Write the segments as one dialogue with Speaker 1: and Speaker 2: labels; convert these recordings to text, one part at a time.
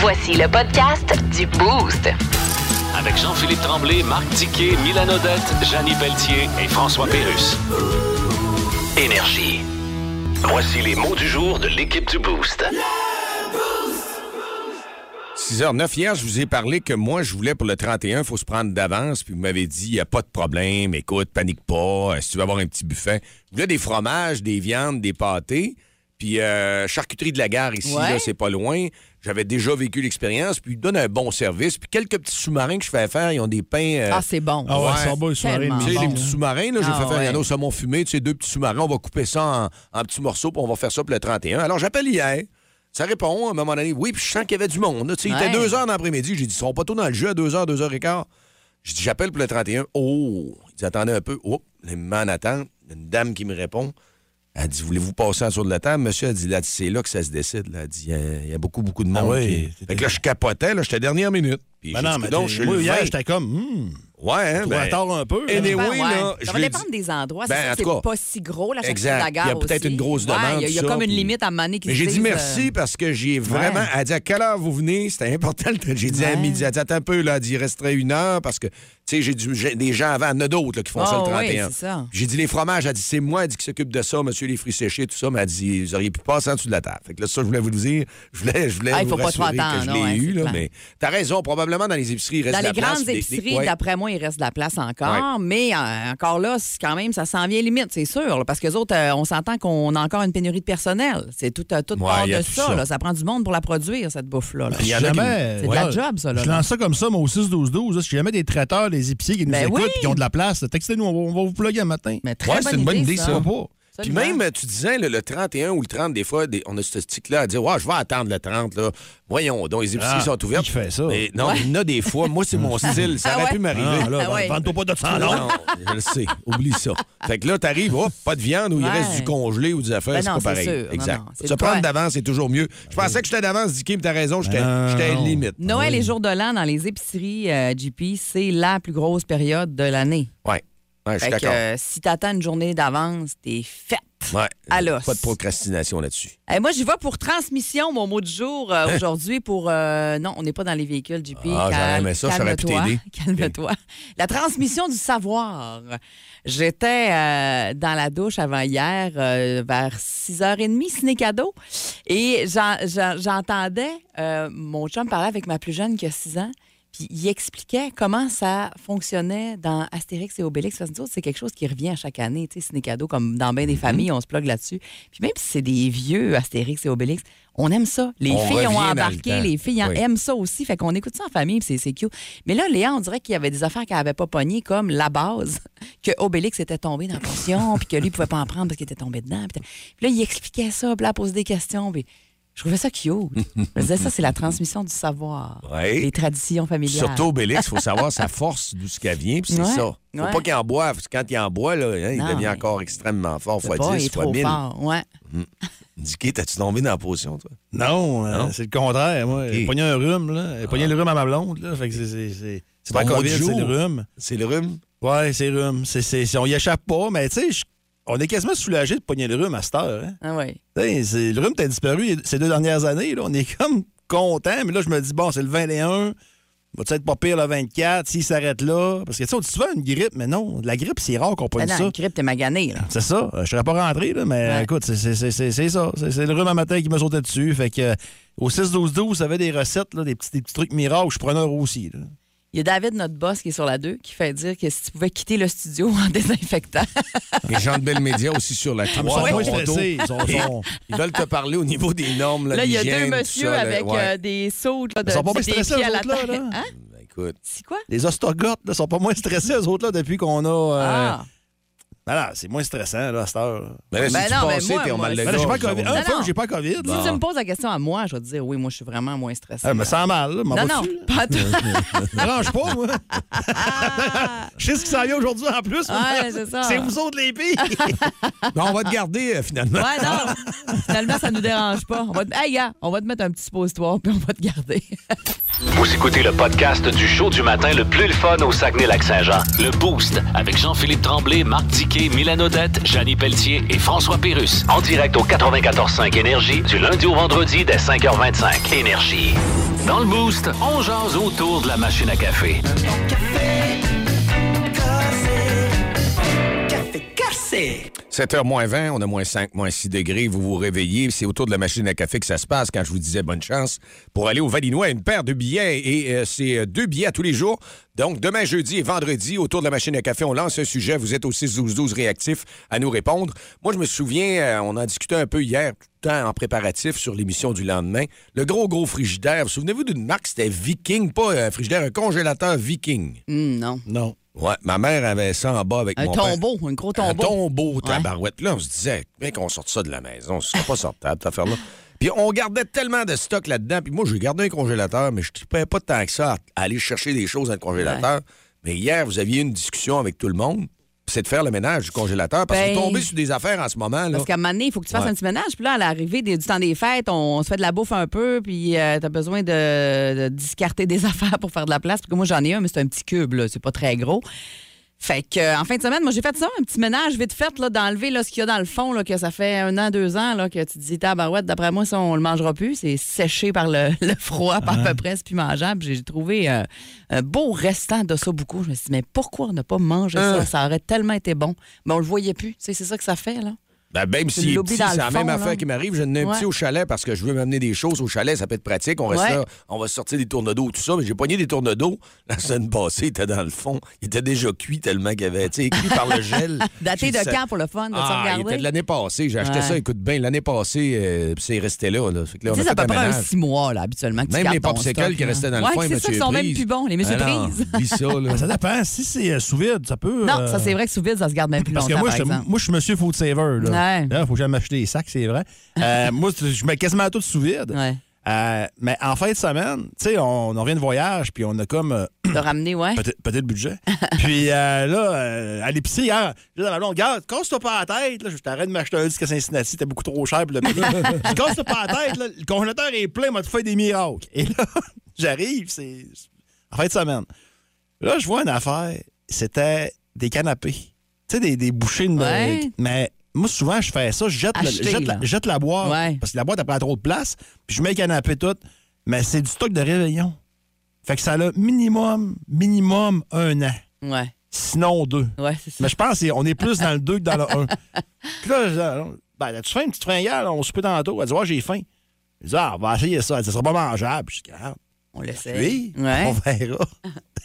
Speaker 1: Voici le podcast du Boost.
Speaker 2: Avec Jean-Philippe Tremblay, Marc Tiquet, Milan Odette, Janine Pelletier et François Pérus. Énergie. Voici les mots du jour de l'équipe du Boost.
Speaker 3: 6h09. Hier, je vous ai parlé que moi, je voulais pour le 31, il faut se prendre d'avance. Puis vous m'avez dit, il n'y a pas de problème. Écoute, panique pas. euh, Si tu veux avoir un petit buffet. Je voulais des fromages, des viandes, des pâtés. Puis euh, charcuterie de la gare ici,
Speaker 4: Ouais.
Speaker 3: là, c'est pas loin. J'avais déjà vécu l'expérience. Puis ils donnent un bon service. Puis quelques petits sous-marins que je fais faire, ils ont des pains. euh,
Speaker 4: Ah, c'est bon.
Speaker 5: Ah ouais,
Speaker 3: ouais.
Speaker 5: ils sont beaux, ils sont
Speaker 4: Tellement
Speaker 3: tu sais,
Speaker 4: bon.
Speaker 3: les petits sous-marins, là, j'ai
Speaker 4: Ah
Speaker 3: fait faire, il y en a
Speaker 4: ouais.
Speaker 3: au saumon fumé, tu sais, deux petits sous-marins, on va couper ça en, en petits morceaux, puis on va faire ça pour le 31. Alors, j'appelle hier. Ça répond, à un moment donné, oui, puis je sens qu'il y avait du monde. là. Tu sais, Il
Speaker 4: Ouais.
Speaker 3: était 2 h dans l'après-midi, j'ai dit, ils seront pas tôt dans le jeu à 2 h, 2 h 15 J'ai dit, j'appelle pour le 31. Oh, ils attendaient un peu. Oh, les moments en attente. Une dame qui me répond. Elle dit, voulez-vous passer en dessous de la table? Monsieur a dit, là, c'est là que ça se décide. là. Elle dit, il y a- il y, a beaucoup, beaucoup de monde.
Speaker 5: Ah oui,
Speaker 3: qui- Fait que là, je capotais, là, j'étais dernière minute. Puis
Speaker 5: Ben
Speaker 3: j'ai
Speaker 5: non,
Speaker 3: dit,
Speaker 5: mais
Speaker 3: donc,
Speaker 5: t'es-
Speaker 3: je suis
Speaker 5: moi,
Speaker 3: le
Speaker 5: hier,
Speaker 3: 20.
Speaker 5: j'étais comme, hmm,
Speaker 3: Ouais, hein,
Speaker 5: trop
Speaker 3: ben,
Speaker 5: tard un peu.
Speaker 3: anyway,
Speaker 4: Ben ouais.
Speaker 3: là, je
Speaker 4: ça va
Speaker 3: lui ai
Speaker 4: dépendre
Speaker 3: dit-
Speaker 4: des endroits.
Speaker 3: Ben,
Speaker 4: C'est
Speaker 3: en
Speaker 4: sûr que
Speaker 3: tout cas,
Speaker 4: c'est pas si gros, la
Speaker 3: Exact.
Speaker 4: charcuterie de la
Speaker 3: Il y a
Speaker 4: gare
Speaker 3: peut-être
Speaker 4: aussi.
Speaker 3: une grosse
Speaker 4: Ouais,
Speaker 3: demande,
Speaker 4: Il y a- il y a
Speaker 3: ça,
Speaker 4: comme une
Speaker 3: puis-
Speaker 4: limite à un moment donné qui
Speaker 3: Mais
Speaker 4: se
Speaker 3: j'ai dit
Speaker 4: disent,
Speaker 3: merci
Speaker 4: euh,
Speaker 3: parce que j'ai vraiment. Elle dit à quelle heure vous venez? C'était important. le temps. J'ai dit à
Speaker 4: Ouais.
Speaker 3: midi. Elle dit attends un peu, là. Elle dit il resterait une heure parce que, tu sais, j'ai du- j'ai des gens avant. Il y en a d'autres là, qui font ça le
Speaker 4: Ah, oui,
Speaker 3: 31.
Speaker 4: c'est ça.
Speaker 3: j'ai dit les fromages. Elle dit c'est moi elle dit, qui s'occupe de ça, monsieur les fruits séchés, tout ça. Mais elle dit vous auriez pu passer en dessous de la table. Fait que là, ça, je voulais vous le dire. Je voulais, je voulais
Speaker 4: Ah, il
Speaker 3: vous
Speaker 4: faut pas te
Speaker 3: rassurer
Speaker 4: faire
Speaker 3: que je
Speaker 4: attendre,
Speaker 3: l'ai
Speaker 4: ouais,
Speaker 3: eu,
Speaker 4: c'est
Speaker 3: là.
Speaker 4: clair.
Speaker 3: Mais t'as raison. Probablement dans les épiceries, il reste
Speaker 4: Dans
Speaker 3: de la
Speaker 4: les
Speaker 3: place.
Speaker 4: grandes
Speaker 3: Des- des-
Speaker 4: épiceries,
Speaker 3: ouais.
Speaker 4: d'après moi, il reste de la place encore. Mais euh, encore là, c'est quand même, ça s'en vient limite, c'est sûr. là, parce que autres, euh, on s'entend qu'on a encore une pénurie de personnel. C'est tout, euh, tout
Speaker 3: Ouais,
Speaker 4: part
Speaker 3: il y a
Speaker 4: de
Speaker 3: tout
Speaker 4: ça.
Speaker 3: ça.
Speaker 4: là. Ça prend du monde pour la produire, cette bouffe-là. là.
Speaker 3: il y en a
Speaker 5: Jamais,
Speaker 3: qui-
Speaker 4: C'est de la job, ça, là.
Speaker 5: Je lance ça comme ça, moi, au 6-12-12. là. Si jamais des traiteurs, des épiciers qui nous
Speaker 4: Ben
Speaker 5: écoutent
Speaker 4: oui.
Speaker 5: et qui ont de la place, là, textez-nous, on va, on va vous plugger un matin.
Speaker 4: Mais très
Speaker 3: Ouais, c'est une bonne idée, ça.
Speaker 4: ça.
Speaker 5: pas.
Speaker 3: Puis
Speaker 4: Absolument.
Speaker 3: même, tu disais, le, le 31 ou le 30, des fois, des- on a ce tic-là à dire Ouais, je vais attendre le 30. Là. Voyons, donc les épiceries
Speaker 5: Ah,
Speaker 3: sont ouvertes.
Speaker 5: qui fait ça?
Speaker 3: Mais non, il y en a des fois. Moi, c'est mon style. Ça
Speaker 4: Ah
Speaker 3: aurait
Speaker 4: ouais?
Speaker 3: pu m'arriver.
Speaker 5: Ah, là,
Speaker 4: Ah ouais.
Speaker 5: vends-toi pas de ça,
Speaker 3: Ah
Speaker 5: là.
Speaker 3: non, je le sais. Oublie ça. Fait que là, t'arrives, hop, pas de viande ou il
Speaker 4: Ouais.
Speaker 3: reste du congelé ou des affaires,
Speaker 4: Ben
Speaker 3: c'est
Speaker 4: non,
Speaker 3: pas
Speaker 4: c'est
Speaker 3: pareil.
Speaker 4: sûr. Non,
Speaker 3: Exact.
Speaker 4: non, c'est
Speaker 3: Se
Speaker 4: le
Speaker 3: prendre
Speaker 4: cas.
Speaker 3: d'avance, c'est toujours mieux. Je pensais que j'étais d'avance, Dicky, mais t'as raison, j'étais
Speaker 5: Ben non.
Speaker 3: j'étais limite.
Speaker 4: Noël et jour de l'an dans les épiceries euh, GP, c'est la plus grosse période de l'année.
Speaker 3: Ouais. Ouais, je suis
Speaker 4: Fait que
Speaker 3: d'accord.
Speaker 4: euh, si t'attends une journée d'avance, t'es faite.
Speaker 3: Ouais.
Speaker 4: à l'os.
Speaker 3: Pas de procrastination là-dessus.
Speaker 4: Eh, moi, j'y vais pour transmission, mon mot du jour euh, aujourd'hui. Pour euh, non, on n'est pas dans les véhicules, JP.
Speaker 3: Hein? Ah,
Speaker 4: Cal-
Speaker 3: j'aurais aimé ça, ça aurait pu
Speaker 4: calme-toi,
Speaker 3: t'aider.
Speaker 4: Calme-toi. La transmission du savoir. J'étais euh, dans la douche avant hier, euh, vers 6h30, ciné cadeau, et j'en- j'en- j'entendais euh, mon chum parler avec ma plus jeune qui a 6 ans. Puis il expliquait comment ça fonctionnait dans Astérix et Obélix. Parce que nous autres, c'est quelque chose qui revient à chaque année. Tu sais, ciné cadeau, comme dans
Speaker 3: Mm-hmm.
Speaker 4: bien des familles, on se plug là-dessus. Puis même si c'est des vieux Astérix et Obélix, on aime ça. Les
Speaker 3: On
Speaker 4: filles ont
Speaker 3: revient dans le
Speaker 4: embarqué,
Speaker 3: temps.
Speaker 4: les filles en
Speaker 3: Oui.
Speaker 4: aiment ça aussi. Fait qu'on écoute ça en famille, puis c'est- c'est cute. Mais là, Léa, on dirait qu'il y avait des affaires qu'elle avait pas pognées, comme la base, que Obélix était tombé dans la potion, puis que lui pouvait pas en prendre parce qu'il était tombé dedans. Puis puis là, il expliquait ça, puis là, elle posait des questions. Puis je trouvais ça cute. je disais, ça, c'est la transmission du savoir,
Speaker 3: Ouais.
Speaker 4: les traditions familiales.
Speaker 3: Surtout Obélix, il faut savoir sa force, d'où ce qu'elle vient, puis c'est
Speaker 4: Ouais,
Speaker 3: ça. Faut
Speaker 4: ouais.
Speaker 3: pas qu'il en boive, parce que quand il en boit, là, hein, il
Speaker 4: Non,
Speaker 3: devient
Speaker 4: mais-
Speaker 3: encore extrêmement fort,
Speaker 4: Le
Speaker 3: fois
Speaker 4: boy
Speaker 3: 10,
Speaker 4: est
Speaker 3: fois
Speaker 4: trop
Speaker 3: 1000.
Speaker 4: fort, ouais.
Speaker 3: Dicky, t'as-tu tombé dans la potion, toi?
Speaker 5: Non, euh,
Speaker 3: Non?
Speaker 5: c'est le contraire. Moi,
Speaker 3: Ok.
Speaker 5: j'ai pogné un rhume, là. J'ai pogné le rhume à ma blonde, là. Fait que c'est- c'est- c'est. C'est pas
Speaker 3: Ton mot
Speaker 5: COVID,
Speaker 3: du
Speaker 5: c'est le
Speaker 3: jour.
Speaker 5: rhume.
Speaker 3: C'est le rhume?
Speaker 5: Ouais, c'est le rhume. C'est- c'est- c'est- on y échappe pas, mais tu sais, je- on est quasiment soulagé de pogner le rhume à cette heure, hein.
Speaker 4: Ah ouais.
Speaker 5: Tu sais, c'est- le rhume t'a disparu ces deux dernières années. là. On est comme content, mais là, je me dis, bon, c'est le 21. Va être pas pire le 24 s'il s'arrête là? Parce que tu sais, on dit souvent une grippe, mais non, la grippe, c'est rare qu'on
Speaker 4: Ben
Speaker 5: pogne
Speaker 4: non,
Speaker 5: ça.
Speaker 4: le grip, t'es magané, là.
Speaker 5: C'est ça. Euh, Je serais pas rentré, là, mais
Speaker 4: Ouais.
Speaker 5: écoute, c'est- c'est c'est- c'est- c'est ça. C'est c'est le rhume à matin qui me sautait dessus. Fait que euh, au 6-12-12, ça avait des recettes, là, des, petits, des petits trucs miracles. Je suis preneur aussi. là.
Speaker 4: Il y a David, notre boss, qui est sur la 2, qui fait dire que si tu pouvais quitter le studio en désinfectant.
Speaker 3: Les gens de Belle Média aussi sur la
Speaker 5: Ils
Speaker 3: 3
Speaker 5: sont
Speaker 3: à
Speaker 5: moins
Speaker 3: Toronto.
Speaker 5: stressés. Ils sont, sont-
Speaker 3: Ils veulent te parler au niveau des normes, là,
Speaker 4: Là, il y a deux
Speaker 3: l'hygiène, tout
Speaker 4: messieurs
Speaker 3: ça, là,
Speaker 4: avec
Speaker 3: ouais.
Speaker 4: euh, des sauts là, de
Speaker 5: ils sont pas
Speaker 4: des
Speaker 5: moins stressés,
Speaker 4: pieds
Speaker 5: eux
Speaker 4: à la
Speaker 5: autres, là.
Speaker 4: tête.
Speaker 5: là.
Speaker 4: Hein?
Speaker 3: Ben, écoute,
Speaker 4: C'est quoi?
Speaker 5: Les ostogotes, là, sont pas moins stressés, eux autres, là, depuis qu'on a. euh,
Speaker 4: Ah.
Speaker 5: ben là, c'est moins stressant, là, à cette heure.
Speaker 3: ben là, si
Speaker 4: Ben
Speaker 3: tu
Speaker 4: non, mais
Speaker 3: passais,
Speaker 4: moi,
Speaker 3: t'es en
Speaker 4: moi,
Speaker 3: mal de
Speaker 4: je-
Speaker 5: Ben là, j'ai pas
Speaker 3: gorge,
Speaker 5: COVID.
Speaker 3: ça va.
Speaker 5: Un,
Speaker 4: Non,
Speaker 5: fun,
Speaker 4: non.
Speaker 5: j'ai pas COVID.
Speaker 4: Si tu
Speaker 5: là.
Speaker 4: me poses la question à moi, je vais te dire oui, moi, je suis vraiment moins stressée.
Speaker 5: Ah, me sens mal, là. M'en
Speaker 4: non,
Speaker 5: vas-tu,
Speaker 4: non, pas toi.
Speaker 5: là? Range pas, moi. Je sais ce qui s'en vient aujourd'hui en plus. moi.
Speaker 4: Ouais, c'est ça.
Speaker 5: C'est vous autres, les pires.
Speaker 3: Ben, on va te garder, euh, finalement.
Speaker 4: Ouais, non. Finalement, ça nous dérange pas. On va te... Hey, gars, on va te mettre un petit suppositoire puis on va te garder.
Speaker 2: Vous écoutez le podcast du show du matin le plus le fun au Saguenay-Lac-Saint-Jean. Le Boost avec Jean-Philippe Tremblay, Marc Tiquet, Milan Odette, Janine Pelletier et François Pérus. En direct au 94.5 Énergie du lundi au vendredi dès 5h25. Énergie. Dans le Boost, on jase autour de la machine à café.
Speaker 6: Cassé.
Speaker 3: 7h moins 20, on a moins 5, moins 6 degrés, vous vous réveillez. C'est autour de la machine à café que ça se passe quand je vous disais bonne chance pour aller au Valinois, une paire de billets. Et euh, c'est euh, deux billets à tous les jours. Donc, demain, jeudi et vendredi, autour de la machine à café, on lance un sujet. Vous êtes au 6-12-12 réactif à nous répondre. Moi, je me souviens, euh, on en discutait un peu hier, tout le temps en préparatif sur l'émission du lendemain. Le gros, gros frigidaire. Vous souvenez-vous d'une marque, c'était Viking, pas un frigidaire, un congélateur Viking.
Speaker 4: Hum, non.
Speaker 5: Non.
Speaker 3: Ouais, ma mère avait ça en bas avec
Speaker 4: Un
Speaker 3: mon père.
Speaker 4: tombeau, ben, un gros
Speaker 3: Un
Speaker 4: tombeau.
Speaker 3: tombeau, tabarouette. Là, on se disait, mec, on sort ça de la maison, ce sera pas sortable, cette affaire-là. Puis on gardait tellement de stock là-dedans. Puis moi, j'ai gardé un congélateur, mais je ne pas tant que ça à aller chercher des choses dans le congélateur. Mais hier, vous aviez une discussion avec tout le monde, c'est de faire le ménage du congélateur, parce que
Speaker 4: Ben-
Speaker 3: vous tombez sur des affaires en ce moment. Là.
Speaker 4: Parce qu'à un moment donné, il faut que tu fasses
Speaker 3: Ouais.
Speaker 4: un petit ménage. Puis là, à l'arrivée des- du temps des fêtes, on, on se fait de la bouffe un peu, puis euh, t'as besoin de, de discarter des affaires pour faire de la place. Parce que moi, j'en ai un, mais c'est un petit cube, là. C'est pas très gros. Fait que, euh, en fin de semaine, moi, j'ai fait ça, un petit ménage vite fait, là, d'enlever là, ce qu'il y a dans le fond, là, que ça fait un an, deux ans, là, que tu te dis, tabarouette, d'après moi, ça, on le mangera plus. C'est séché par le, le froid,
Speaker 3: Hein?
Speaker 4: par peu près, c'est plus mangeable. J'ai trouvé euh, un beau restant de ça beaucoup. Je me suis dit, mais pourquoi ne pas manger
Speaker 3: Hein?
Speaker 4: ça? Ça aurait tellement été bon. Mais on le voyait plus. Tu sais, c'est ça que ça fait, là.
Speaker 3: Ben, même
Speaker 4: Tu
Speaker 3: si
Speaker 4: l'oublies
Speaker 3: petit,
Speaker 4: dans le
Speaker 3: c'est la même
Speaker 4: fond,
Speaker 3: affaire
Speaker 4: là.
Speaker 3: qui m'arrive. Je n'ai un
Speaker 4: Ouais.
Speaker 3: petit au chalet parce que je veux m'amener des choses au chalet. Ça peut être pratique. On reste
Speaker 4: Ouais.
Speaker 3: là, on va sortir des tournes d'eau, tout ça. Mais j'ai pogné des tournes d'eau. La semaine passée, il était dans le fond. Il était déjà cuit tellement qu'il avait été cuit par le gel.
Speaker 4: Daté
Speaker 3: J'ai
Speaker 4: de
Speaker 3: dit ça-
Speaker 4: quand pour le fun, de se
Speaker 3: Ah, il
Speaker 4: regarder?
Speaker 3: était de l'année passée. J'ai acheté
Speaker 4: Ouais.
Speaker 3: ça, écoute bien, l'année passée, euh, puis c'est resté là. là. Fait que là, on
Speaker 4: Tu sais, ça
Speaker 3: a fait
Speaker 4: peut
Speaker 3: un
Speaker 4: prendre
Speaker 3: ménage.
Speaker 4: six mois, là, habituellement. que tu
Speaker 3: Même les
Speaker 4: gardes ton
Speaker 3: popsicles
Speaker 4: stock,
Speaker 3: qui
Speaker 4: là.
Speaker 3: restaient dans le
Speaker 4: Ouais,
Speaker 3: fond,
Speaker 4: c'est ça,
Speaker 3: monsieur Ah
Speaker 4: ils sont même plus bons, les monsieur prises.
Speaker 3: Dis ça, là.
Speaker 5: Ça dépend. Si c'est euh, sous vide, ça peut.
Speaker 4: Non,
Speaker 5: euh,
Speaker 4: ça, c'est vrai que sous vide, ça se garde même plus
Speaker 5: Parce que
Speaker 4: longtemps,
Speaker 5: moi,
Speaker 4: par
Speaker 5: je,
Speaker 4: exemple.
Speaker 5: moi, je suis monsieur food saver. Là,
Speaker 4: Ouais.
Speaker 5: Là, faut jamais m'acheter des sacs, c'est vrai. Euh, moi, tu- je mets quasiment tout sous vide.
Speaker 4: Ouais.
Speaker 5: Euh, mais en fin de semaine, tu sais, on, on revient de voyage, puis on a comme euh,
Speaker 4: De ramener, ouais.
Speaker 5: peut-être peut-être budget. puis euh, là, euh, à l'épicerie, hier, j'ai dit à ma blonde, regarde, casse-toi pas la tête. Là, je t'arrête de m'acheter un disque à Cincinnati, c'était beaucoup trop cher. Puis le prix. casse-toi pas la tête. là, le congélateur est plein, m'a fait des miracles. Et là, j'arrive, c'est en fin de semaine. Là, je vois une affaire. C'était des canapés. Tu sais, des, des bouchées de.
Speaker 4: Ouais.
Speaker 5: Mais moi, souvent, je fais ça. Je jette, le-
Speaker 4: Acheter,
Speaker 5: jette la,
Speaker 4: là.
Speaker 5: jette la boîte.
Speaker 4: Ouais.
Speaker 5: Parce que la boîte, elle prend trop de place. Puis je mets le canapé tout. Mais c'est du stock de réveillon. Fait que ça a minimum, minimum un an.
Speaker 4: Ouais,
Speaker 5: Sinon deux.
Speaker 4: ouais, c'est ça.
Speaker 5: Mais je pense qu'on est plus dans le 2 que dans le 1. Puis là, je dis, ben, as-tu faim, petite fringale? On se peut tantôt. Elle dit, ouais, j'ai faim. Je dis, ah, on va essayer ça. Elle dit, ça sera pas mangeable. Puis je dis, ah,
Speaker 4: On l'essaye.
Speaker 5: oui, on
Speaker 4: Ouais.
Speaker 5: verra.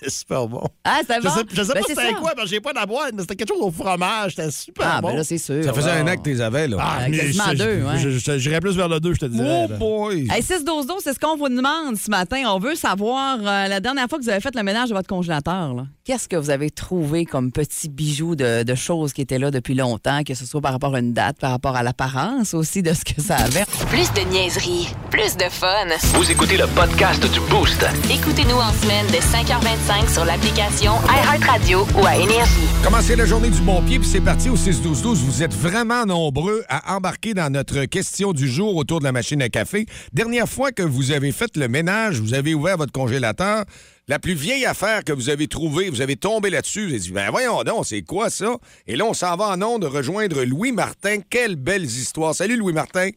Speaker 5: c'est super bon.
Speaker 4: Ah, c'est
Speaker 5: Je
Speaker 4: bon.
Speaker 5: sais, je sais
Speaker 4: Ben,
Speaker 5: pas
Speaker 4: c'est
Speaker 5: c'était
Speaker 4: ça.
Speaker 5: quoi, parce que j'ai pas la boîte, mais c'était quelque chose au fromage. C'était super
Speaker 4: Ah,
Speaker 5: bon.
Speaker 4: ben là, c'est sûr.
Speaker 3: Ça faisait
Speaker 4: là.
Speaker 3: un an que tu les avais, là.
Speaker 5: Ah,
Speaker 4: Euh,
Speaker 5: mais
Speaker 4: quasiment
Speaker 5: je-
Speaker 4: deux, ouais.
Speaker 5: je- je- je- J'irais plus vers le 2, je te dirais.
Speaker 3: Oh
Speaker 5: là.
Speaker 3: boy!
Speaker 4: Hey, 6-12-12, c'est ce qu'on vous demande ce matin. On veut savoir, euh, la dernière fois que vous avez fait le ménage de votre congélateur, là, qu'est-ce que vous avez trouvé comme petit bijou de, de choses qui étaient là depuis longtemps, que ce soit par rapport à une date, par rapport à l'apparence aussi de ce que ça avait?
Speaker 1: Plus de niaiserie, plus de fun.
Speaker 2: Vous écoutez le podcast du Boost.
Speaker 1: Écoutez-nous en semaine de 5h25 sur l'application iHeartRadio ou à Énergie.
Speaker 3: Commencez la journée du bon pied, puis c'est parti au 6-12-12. Vous êtes vraiment nombreux à embarquer dans notre question du jour autour de la machine à café. Dernière fois que vous avez fait le ménage, vous avez ouvert votre congélateur, la plus vieille affaire que vous avez trouvée, vous avez tombé là-dessus, vous avez dit, ben voyons donc, c'est quoi ça? Et là, on s'en va en ondes rejoindre Louis Martin. Quelles belles histoires. Salut Louis Martin.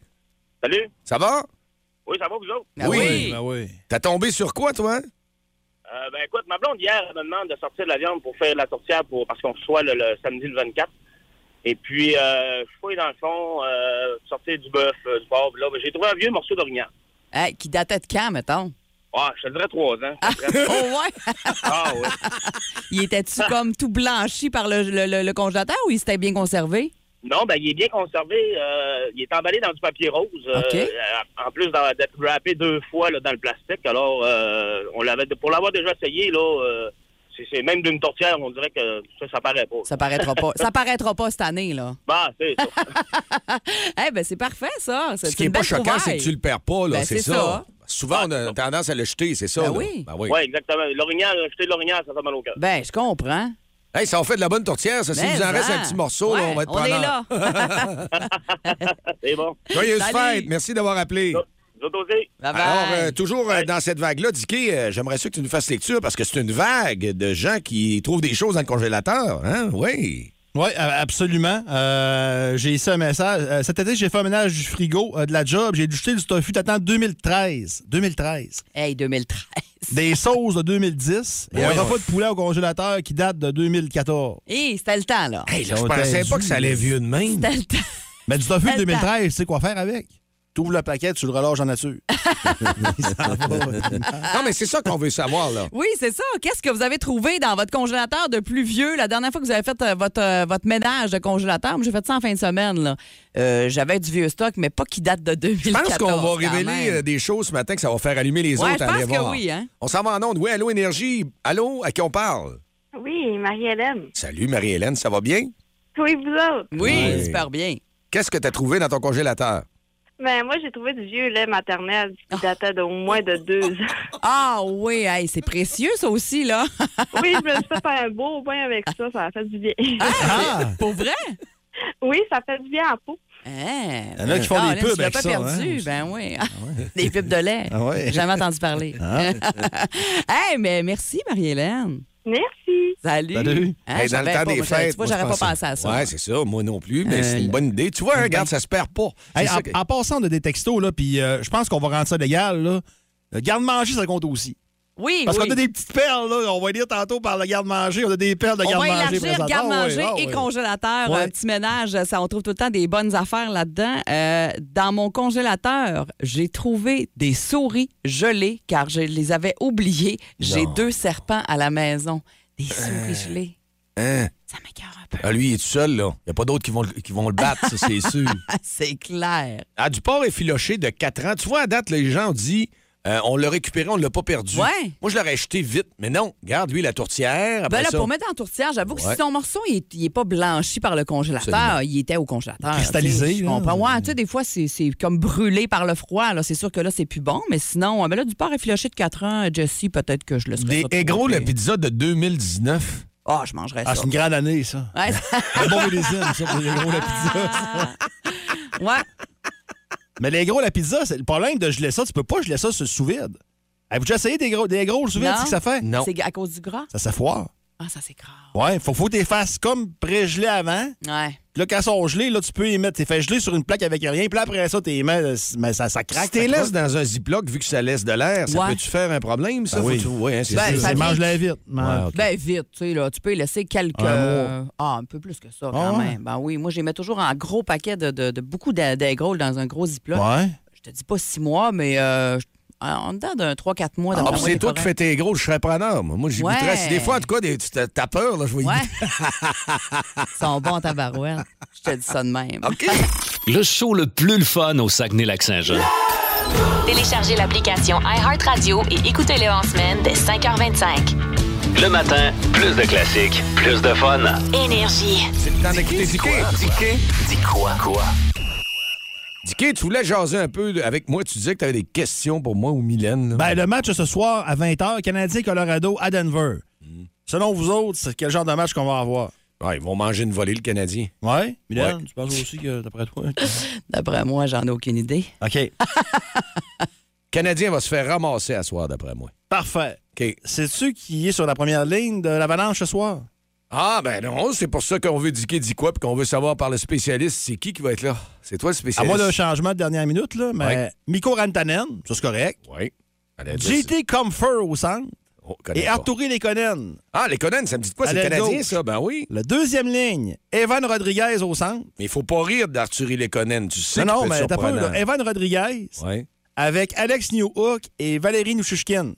Speaker 7: Salut.
Speaker 3: Ça va?
Speaker 7: Oui, ça va, vous autres?
Speaker 4: Ah
Speaker 3: Oui.
Speaker 5: Ben oui.
Speaker 3: T'as tombé sur quoi, toi?
Speaker 7: Euh, ben, écoute, ma blonde, hier, elle me demande de sortir de la viande pour faire la tourtière pour, parce qu'on reçoit le, le samedi le 24. Et puis, euh, je fouille dans le fond, euh, sortir du bœuf, euh, du porc. Là, ben, j'ai trouvé un vieux morceau d'orignal.
Speaker 4: Hey, Hein, qui datait de quand, mettons?
Speaker 7: Ah, je te dirais trois ans. à peu près.
Speaker 4: Oh, ouais!
Speaker 7: Ah, oui.
Speaker 4: Il était-tu comme tout blanchi par le, le- le- le congélateur ou il s'était bien conservé?
Speaker 7: Non, ben, il est bien conservé. euh, il est emballé dans du papier rose. euh,
Speaker 4: OK.
Speaker 7: euh, en plus dans- d'être wrappé deux fois là, dans le plastique. Alors, euh, on l'avait, pour l'avoir déjà essayé, là, euh, c'est, c'est même d'une tourtière, on dirait que ça, ça paraît pas.
Speaker 4: Ça paraîtra pas. Ça paraîtra pas cette année, là.
Speaker 7: Bah, c'est ça.
Speaker 4: Eh ben c'est parfait, ça. C'est
Speaker 3: Ce qui
Speaker 4: une
Speaker 3: est pas
Speaker 4: belle
Speaker 3: choquant,
Speaker 4: trouvaille.
Speaker 3: c'est que tu le perds pas, là.
Speaker 4: Ben,
Speaker 3: c'est
Speaker 4: c'est
Speaker 3: ça.
Speaker 4: ça. Ah.
Speaker 3: Souvent, on a tendance à le jeter, c'est ça.
Speaker 4: Ben
Speaker 3: là.
Speaker 4: oui.
Speaker 3: Ben oui.
Speaker 7: Oui, exactement. L'orignal, acheter de l'orignal, ça fait mal au cœur.
Speaker 4: Ben, je comprends.
Speaker 3: Hey, ça en fait de la bonne tourtière, ça. Si
Speaker 4: Mais
Speaker 3: vous en reste
Speaker 4: hein.
Speaker 3: un petit morceau, là,
Speaker 4: Ouais,
Speaker 3: on va être
Speaker 4: On est
Speaker 3: preneur.
Speaker 4: là.
Speaker 7: C'est bon.
Speaker 3: Joyeuse
Speaker 4: Salut.
Speaker 3: fête. Merci d'avoir appelé.
Speaker 7: Vous autres aussi.
Speaker 4: Bye-bye.
Speaker 3: Alors, euh, toujours euh, dans cette vague-là, Dicky, euh, j'aimerais ça que tu nous fasses lecture parce que c'est une vague de gens qui trouvent des choses dans le congélateur. Hein? Oui.
Speaker 5: Oui, a- absolument. Euh, j'ai ici un message. Euh, cet été, j'ai fait un ménage du frigo, euh, de la job. J'ai dû jeter du tofu datant de 2013. 2013.
Speaker 4: Hey, 2013.
Speaker 5: Des sauces de 2010. Et un
Speaker 3: Ouais.
Speaker 5: repas de poulet au congélateur qui date de 2014.
Speaker 4: Hé, c'était le temps, là.
Speaker 3: Hey, là, je
Speaker 5: Ils ont
Speaker 3: pensais pas
Speaker 5: perdu.
Speaker 3: que ça allait vieux de même.
Speaker 4: C'était le temps.
Speaker 5: Mais du tofu de
Speaker 4: Attends.
Speaker 5: 2013, tu sais quoi faire avec? Tu ouvres le paquet, tu le relâches en nature.
Speaker 3: Non, mais c'est ça qu'on veut savoir, là.
Speaker 4: Oui, c'est ça. Qu'est-ce que vous avez trouvé dans votre congélateur de plus vieux? La dernière fois que vous avez fait euh, votre, euh, votre ménage de congélateur, moi, j'ai fait ça en fin de semaine. là. Euh, J'avais du vieux stock, mais pas qui date de
Speaker 3: Je
Speaker 4: 2014.
Speaker 3: pense qu'on va
Speaker 4: quand
Speaker 3: révéler
Speaker 4: même.
Speaker 3: euh, des choses ce matin que ça va faire allumer les
Speaker 4: Ouais,
Speaker 3: autres.
Speaker 4: je pense
Speaker 3: allez
Speaker 4: que
Speaker 3: voir.
Speaker 4: oui, hein.
Speaker 3: On s'en va en onde. Oui, allô, Énergie. Allô, à qui on parle?
Speaker 6: Oui, Marie-Hélène.
Speaker 3: Salut, Marie-Hélène, ça va bien?
Speaker 6: Oui, vous autres.
Speaker 4: Oui,
Speaker 3: Ouais.
Speaker 4: super bien.
Speaker 3: Qu'est-ce que tu as trouvé dans ton congélateur?
Speaker 6: Ben, moi, j'ai trouvé du vieux lait maternel qui datait d'au moins de deux ans.
Speaker 4: Ah oui, hey, c'est précieux, ça aussi, là.
Speaker 6: Oui, je me suis fait un beau bain avec ça. Ça a fait du bien.
Speaker 5: Ah!
Speaker 4: Pour vrai?
Speaker 6: Oui, ça fait du bien en peau.
Speaker 4: Hein,
Speaker 5: Il y en a qui font des
Speaker 4: Caroline,
Speaker 5: pubs
Speaker 4: tu l'as
Speaker 5: avec
Speaker 4: pas
Speaker 5: ça,
Speaker 4: perdu,
Speaker 5: hein?
Speaker 4: ben oui. Des pubs de lait.
Speaker 5: Ah ouais. Ah
Speaker 4: J'ai Jamais entendu parler. hey, mais merci, Marie-Hélène.
Speaker 6: Merci.
Speaker 4: Salut.
Speaker 5: Salut.
Speaker 4: Hein,
Speaker 3: Hey, dans le
Speaker 4: j'avais
Speaker 3: temps
Speaker 4: pas-
Speaker 3: des
Speaker 4: moi, j'avais-
Speaker 3: fêtes.
Speaker 4: Tu vois,
Speaker 3: moi, je
Speaker 4: j'aurais pas
Speaker 3: pensais-
Speaker 4: pensé à ça.
Speaker 3: Ouais, c'est ça. Moi non plus, mais
Speaker 4: Euh,
Speaker 3: c'est une bonne idée. Tu vois, hein, regarde, ça se perd pas.
Speaker 5: Hey,
Speaker 3: C'est
Speaker 5: en,
Speaker 3: ça que-
Speaker 5: en passant, on a des textos, là, puis euh, je pense qu'on va rendre ça légal, là. Le garde-manger, ça compte aussi.
Speaker 4: oui,
Speaker 5: Parce
Speaker 4: oui.
Speaker 5: qu'on a des petites perles, là. On va lire tantôt par le garde-manger. On a des perles de
Speaker 4: On va
Speaker 5: garde-manger.
Speaker 4: élargir
Speaker 5: présentement.
Speaker 4: garde-manger
Speaker 5: Ah ouais, ah
Speaker 4: et
Speaker 5: ouais.
Speaker 4: congélateur.
Speaker 5: Ouais.
Speaker 4: Un petit ménage, ça, on trouve tout le temps des bonnes affaires là-dedans. Euh, dans mon congélateur, j'ai trouvé des souris gelées car je les avais oubliées. J'ai deux serpents à la maison. Des
Speaker 5: Euh.
Speaker 4: souris gelées.
Speaker 3: Hein?
Speaker 4: Ça m'écœure un peu.
Speaker 3: Ah, lui, il est tout seul, là. Il n'y a pas d'autres qui vont, le- qui vont le battre, ça, c'est sûr.
Speaker 4: Ah, c'est clair.
Speaker 3: Ah, du porc effiloché de 4 ans. Tu vois, à date, les gens ont dit euh, on l'a récupéré, on ne l'a pas perdu.
Speaker 4: Ouais.
Speaker 3: Moi, je l'aurais acheté vite. Mais non, regarde, lui, la tourtière. Après
Speaker 4: Ben là,
Speaker 3: ça,
Speaker 4: pour mettre en tourtière, j'avoue que
Speaker 3: Ouais.
Speaker 4: si son morceau il est, il est pas blanchi par le congélateur,
Speaker 3: Absolument.
Speaker 4: il était au congélateur.
Speaker 5: Cristallisé,
Speaker 4: tu sais, Je
Speaker 5: là.
Speaker 4: comprends. Ouais, tu sais, des fois, c'est c'est comme brûlé par le froid. là. C'est sûr que là, c'est plus bon, mais sinon, euh, ben là, du porc effiloché de 4 ans, euh, Jessie, peut-être que je le
Speaker 3: Des Egro, la pizza de 2019.
Speaker 4: Ah, je mangerais
Speaker 5: Ah,
Speaker 4: ça.
Speaker 5: c'est une grande année, ça.
Speaker 4: Ouais,
Speaker 5: Un bon millésime, ça, pour les gros la pizza.
Speaker 4: c'est- ouais.
Speaker 5: Mais les gros la pizza, c'est le problème de geler ça. Tu peux pas geler ça sur le sous-vide. Avez-vous déjà essayé des gros, des gros le sous-vide?
Speaker 4: Non.
Speaker 5: C'est ce que ça fait?
Speaker 3: Non.
Speaker 4: C'est à cause du gras?
Speaker 5: Ça s'affoire.
Speaker 4: Ah, ça, c'est grave.
Speaker 5: Ouais, faut, faut que tu les fasses comme pré-gelés avant.
Speaker 4: Ouais.
Speaker 5: Puis Là, quand elles sont gelées, là, tu peux les mettre. T'es fait geler sur une plaque avec rien. Puis là, après ça, t'es mets, mais ça, ça craque.
Speaker 3: Si t'es
Speaker 5: ça
Speaker 3: laisse
Speaker 5: croque.
Speaker 3: dans un ziploc, vu que ça laisse de l'air, ça
Speaker 4: Ouais.
Speaker 3: peut-tu faire un problème, ça?
Speaker 5: Ben oui.
Speaker 3: Faut-tu- ouais, hein, c'est
Speaker 4: Ben,
Speaker 3: sûr.
Speaker 4: ça-
Speaker 5: C'est mange-la vite. man.
Speaker 3: Ouais, ok.
Speaker 4: Ben, vite, tu sais, là. Tu peux y laisser quelques.
Speaker 5: Un mois.
Speaker 4: euh, Ah, un peu plus que ça, quand
Speaker 5: Ah ouais?
Speaker 4: même. Ben oui, moi, je les mets toujours en gros paquet de, de, de beaucoup d'a- d'aigrolles dans un gros ziploc.
Speaker 5: Ouais.
Speaker 4: Je te dis pas six mois, mais euh, je- en dedans d'un 3-4 mois.
Speaker 3: Ah,
Speaker 4: d'après
Speaker 3: puis
Speaker 4: moi,
Speaker 3: c'est
Speaker 4: t'es
Speaker 3: toi qui
Speaker 4: correct.
Speaker 3: fais tes gros, je serais preneur. Moi, Moi, j'y
Speaker 4: Ouais.
Speaker 3: goûterais. Si des fois, en tout cas, des- tu- t'as t'as peur, là, je vais y goûter.
Speaker 4: Ouais. Ils sont bons en tabarouette. Je te dis ça de même.
Speaker 2: Le show le plus le fun au Saguenay-Lac-Saint-Jean.
Speaker 1: Téléchargez l'application iHeartRadio et écoutez-le en semaine dès 5h25.
Speaker 2: Le matin, plus de classiques, plus de fun.
Speaker 1: Énergie.
Speaker 3: C'est le temps d'écouter Dicky.
Speaker 2: Diquet, dis quoi? Quoi?
Speaker 3: Dicky, tu voulais jaser un peu avec moi. Tu disais que t'avais des questions pour moi ou Mylène. là.
Speaker 5: Ben, le match ce soir à 20h, Canadien-Colorado à Denver. Selon vous autres, c'est quel genre de match qu'on va avoir?
Speaker 3: Ouais, ils vont manger une volée, le Canadien.
Speaker 5: Ouais? Mylène,
Speaker 3: Ouais.
Speaker 5: tu penses aussi que d'après toi?
Speaker 4: D'après moi, j'en ai aucune idée.
Speaker 5: OK.
Speaker 3: Canadien va se faire ramasser à soir, d'après moi.
Speaker 5: Parfait.
Speaker 3: OK.
Speaker 5: Sais-tu qui est sur la première ligne de l'avalanche ce soir?
Speaker 3: Ah, ben non, c'est pour ça qu'on veut diquer dit quoi, puis qu'on veut savoir par le spécialiste, c'est qui qui va être là. C'est toi le
Speaker 5: À
Speaker 3: spécialiste.
Speaker 5: moins d'un changement de dernière minute, là, mais
Speaker 3: Ouais.
Speaker 5: Miko Rantanen, ça c'est correct.
Speaker 3: Oui. Allez, vas-y.
Speaker 5: JT Comfer au centre
Speaker 3: Oh, connais
Speaker 5: et
Speaker 3: pas.
Speaker 5: Arturi Lekonen.
Speaker 3: Ah, les Conan, ça me dit de quoi? C'est le
Speaker 5: Allez,
Speaker 3: Canadien,
Speaker 5: gauche.
Speaker 3: ça? Ben oui.
Speaker 5: La deuxième ligne, Evan Rodriguez au centre.
Speaker 3: Mais il faut pas rire d'Arthur Lekonen, tu sais.
Speaker 5: Non, non,
Speaker 3: qu'il peut être
Speaker 5: mais t'as pas
Speaker 3: surprenant.
Speaker 5: là, Evan Rodriguez
Speaker 3: Ouais.
Speaker 5: avec Alex Newhook et Valérie Nouchouchkin.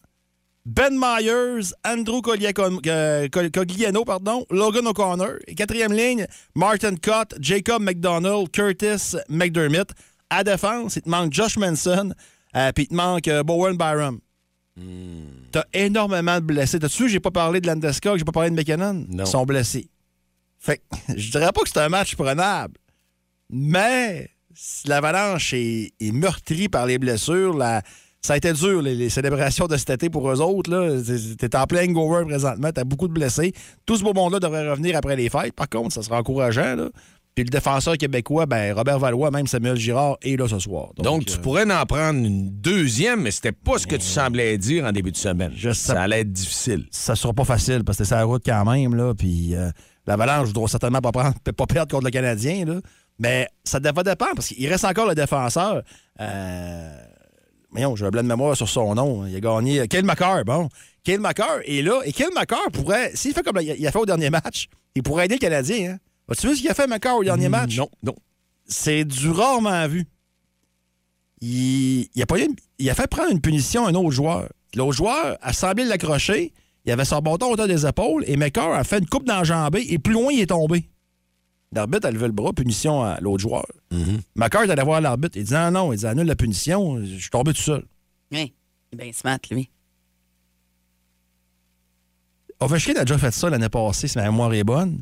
Speaker 5: Ben Myers, Andrew Cogliacom- euh, Col- Cogliano, pardon, Logan O'Connor. Et quatrième ligne, Martin Cott, Jacob McDonald, Curtis McDermott. À défense, il te manque Josh Manson, euh, puis il te manque euh, Bowen Byram. T'as énormément de blessés. T'as-tu vu, j'ai pas parlé de Landeskog, j'ai pas parlé de McKinnon?
Speaker 3: Non.
Speaker 5: Ils sont blessés. Fait que, je dirais pas que c'est un match prenable, mais si l'avalanche est, est meurtrie par les blessures, la- ça a été dur, les, les célébrations de cet été pour eux autres. là. C'est- T'es en plein hangover présentement, t'as beaucoup de blessés. Tout ce beau monde-là devrait revenir après les fêtes, par contre, ça sera encourageant. là. Puis Puis le défenseur québécois, ben, Robert Valois, même Samuel Girard est là ce soir.
Speaker 3: Donc, tu
Speaker 5: euh,
Speaker 3: pourrais en prendre une deuxième, mais c'était pas ce que tu semblais dire en début de semaine.
Speaker 5: Je sais-
Speaker 3: Ça allait être difficile.
Speaker 5: ça sera pas facile parce que c'est sa route quand même. Là, puis euh, l'Avalanche ne doit certainement pas, prendre, pas perdre contre le Canadien. Là, mais ça va dépendre parce qu'il reste encore le défenseur. Euh, voyons, j'ai un blanc de mémoire sur son nom. hein. Il a gagné. euh, Kyle Macar, bon. Kyle Macar est là. Et Kyle Macar pourrait, s'il fait comme il a- il a fait au dernier match, il pourrait aider le Canadien. Hein. As-tu vu ce qu'il a fait, Macar, au dernier match?
Speaker 3: Non, non.
Speaker 5: c'est du rarement vu. Il, il a pas eu- il a fait prendre une punition à un autre joueur. L'autre joueur a semblé l'accrocher. Il avait son bâton autour des épaules et Maker a fait une coupe dans la jambée et plus loin, il est tombé. L'arbitre a levé le bras, punition à l'autre joueur.
Speaker 3: Mhm.
Speaker 5: Macar est allé voir l'arbitre. Il dit Non, non, il dit annule la punition, je suis tombé tout seul.
Speaker 4: Oui. Il est bien smart, lui.
Speaker 5: Ovechkin a déjà fait ça l'année passée, si ma mémoire est bonne.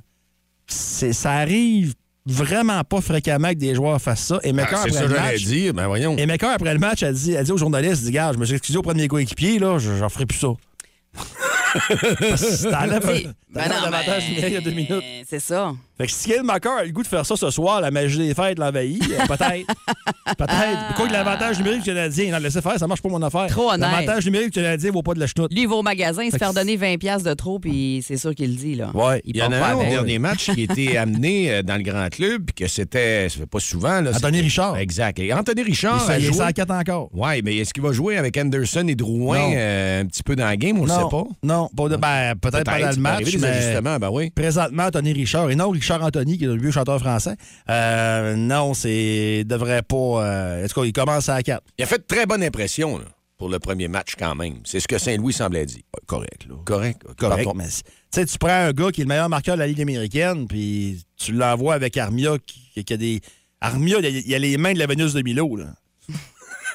Speaker 5: C'est- ça arrive vraiment pas fréquemment que des joueurs fassent ça. Et Maker,
Speaker 3: Ah, c'est
Speaker 5: après
Speaker 3: ça que
Speaker 5: le
Speaker 3: j'allais
Speaker 5: match,
Speaker 3: dire. Ben voyons.
Speaker 5: Et Maker, après le match, a dit, a dit aux journalistes, dit, Gars, je me suis excusé auprès de mes coéquipiers, là, je- j'en ferai plus ça. Parce que
Speaker 4: Tu
Speaker 5: si t'enlèves
Speaker 4: sais,
Speaker 5: t'enlèves
Speaker 4: ben non,
Speaker 5: l'avantage
Speaker 4: ben,
Speaker 5: numérique il y a deux minutes.
Speaker 4: C'est ça.
Speaker 5: Fait que si Gail Macker a le goût de faire ça ce soir, la magie des fêtes l'envahit, euh, peut-être. peut-être. Quoi que l'avantage numérique du Canadien, non, laissez faire, ça marche pas mon affaire.
Speaker 4: Ah. Trop honnête.
Speaker 5: L'avantage numérique du Canadien vaut pas de la chenoute.
Speaker 4: Lui, il va au magasin, il se
Speaker 5: Fait
Speaker 4: fait
Speaker 5: que
Speaker 4: redonner 20$ piastres de trop, puis c'est sûr qu'il le dit, là.
Speaker 5: Ouais,
Speaker 4: il
Speaker 3: Il y en
Speaker 4: part
Speaker 3: a
Speaker 4: pas
Speaker 3: un au
Speaker 4: avec.
Speaker 3: dernier match qui était amené euh, dans le grand club, puis que c'était, ça fait pas souvent. Là,
Speaker 5: Anthony
Speaker 3: c'était-
Speaker 5: Richard.
Speaker 3: Exact. Et Anthony
Speaker 5: Il
Speaker 4: Ah,
Speaker 3: Richard
Speaker 5: s'est-
Speaker 3: a
Speaker 5: il est
Speaker 3: joué.
Speaker 5: 104 encore.
Speaker 3: Oui, mais est-ce qu'il va jouer avec Anderson et Drouin
Speaker 5: Non.
Speaker 3: euh, un petit peu dans la game? On ne
Speaker 5: non,
Speaker 3: sait pas.
Speaker 5: Non, pas de- ben, peut-être pas dans
Speaker 3: ça
Speaker 5: le
Speaker 3: peut
Speaker 5: match.
Speaker 3: arriver, des
Speaker 5: mais-
Speaker 3: ajustements, ben oui.
Speaker 5: présentement Tony Richard et non Richard Anthony, qui est le vieux chanteur français. Euh, non, c'est devrait pas. euh, en tout cas, il commence à 4.
Speaker 3: Il a fait très bonne impression là, pour le premier match quand même. C'est ce que Saint-Louis semblait dire. Correct, là. Correct, correct.
Speaker 5: Pardon, mais c'est- tu sais, tu prends un gars qui est le meilleur marqueur de la Ligue américaine, puis tu l'envoies avec Armia, qui, qui a des. Armia, il a- il a les mains de la Vénus de Milo, là.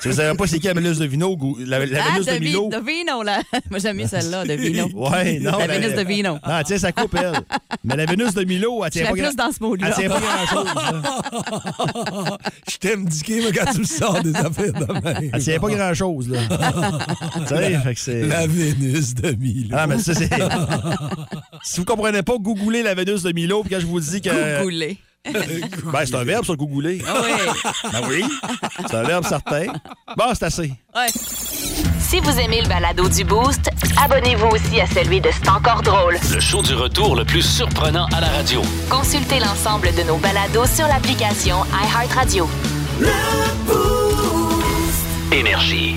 Speaker 5: Si vous savez pas c'est qui la Vénus de Milo, go- la, la
Speaker 4: Ah,
Speaker 5: Vénus de
Speaker 4: de, Vi-
Speaker 5: Milo.
Speaker 4: de Vino, là. Moi, j'aime mieux celle-là, de Vino.
Speaker 5: Ouais, non.
Speaker 4: la
Speaker 5: mais-
Speaker 4: Vénus de Vino.
Speaker 5: Non, elle tient sa coupe, elle. Mais la Vénus de Milo, elle
Speaker 4: Je
Speaker 5: tient
Speaker 4: la
Speaker 5: pas
Speaker 4: plus
Speaker 5: grand-
Speaker 4: dans ce mot-là.
Speaker 5: elle tient pas grand-chose, là.
Speaker 8: Je t'aime diquer, mais quand tu me sors des affaires de même.
Speaker 5: Elle tient pas grand-chose, là. tu sais, fait que c'est...
Speaker 8: La Vénus de Milo.
Speaker 5: Ah, mais ça, c'est. si vous comprenez pas, googlez la Vénus de Milo, puis quand je vous dis que.
Speaker 4: Coucoulé.
Speaker 5: Ben, c'est un verbe, ça, googler.
Speaker 4: Ah oui.
Speaker 5: Ben oui, c'est un verbe certain. Bon, c'est assez.
Speaker 4: Ouais.
Speaker 1: Si vous aimez le balado du Boost, abonnez-vous aussi à celui de C'est encore drôle.
Speaker 2: Le show du retour le plus surprenant à la radio.
Speaker 1: Consultez l'ensemble de nos balados sur l'application iHeartRadio.
Speaker 2: Énergie.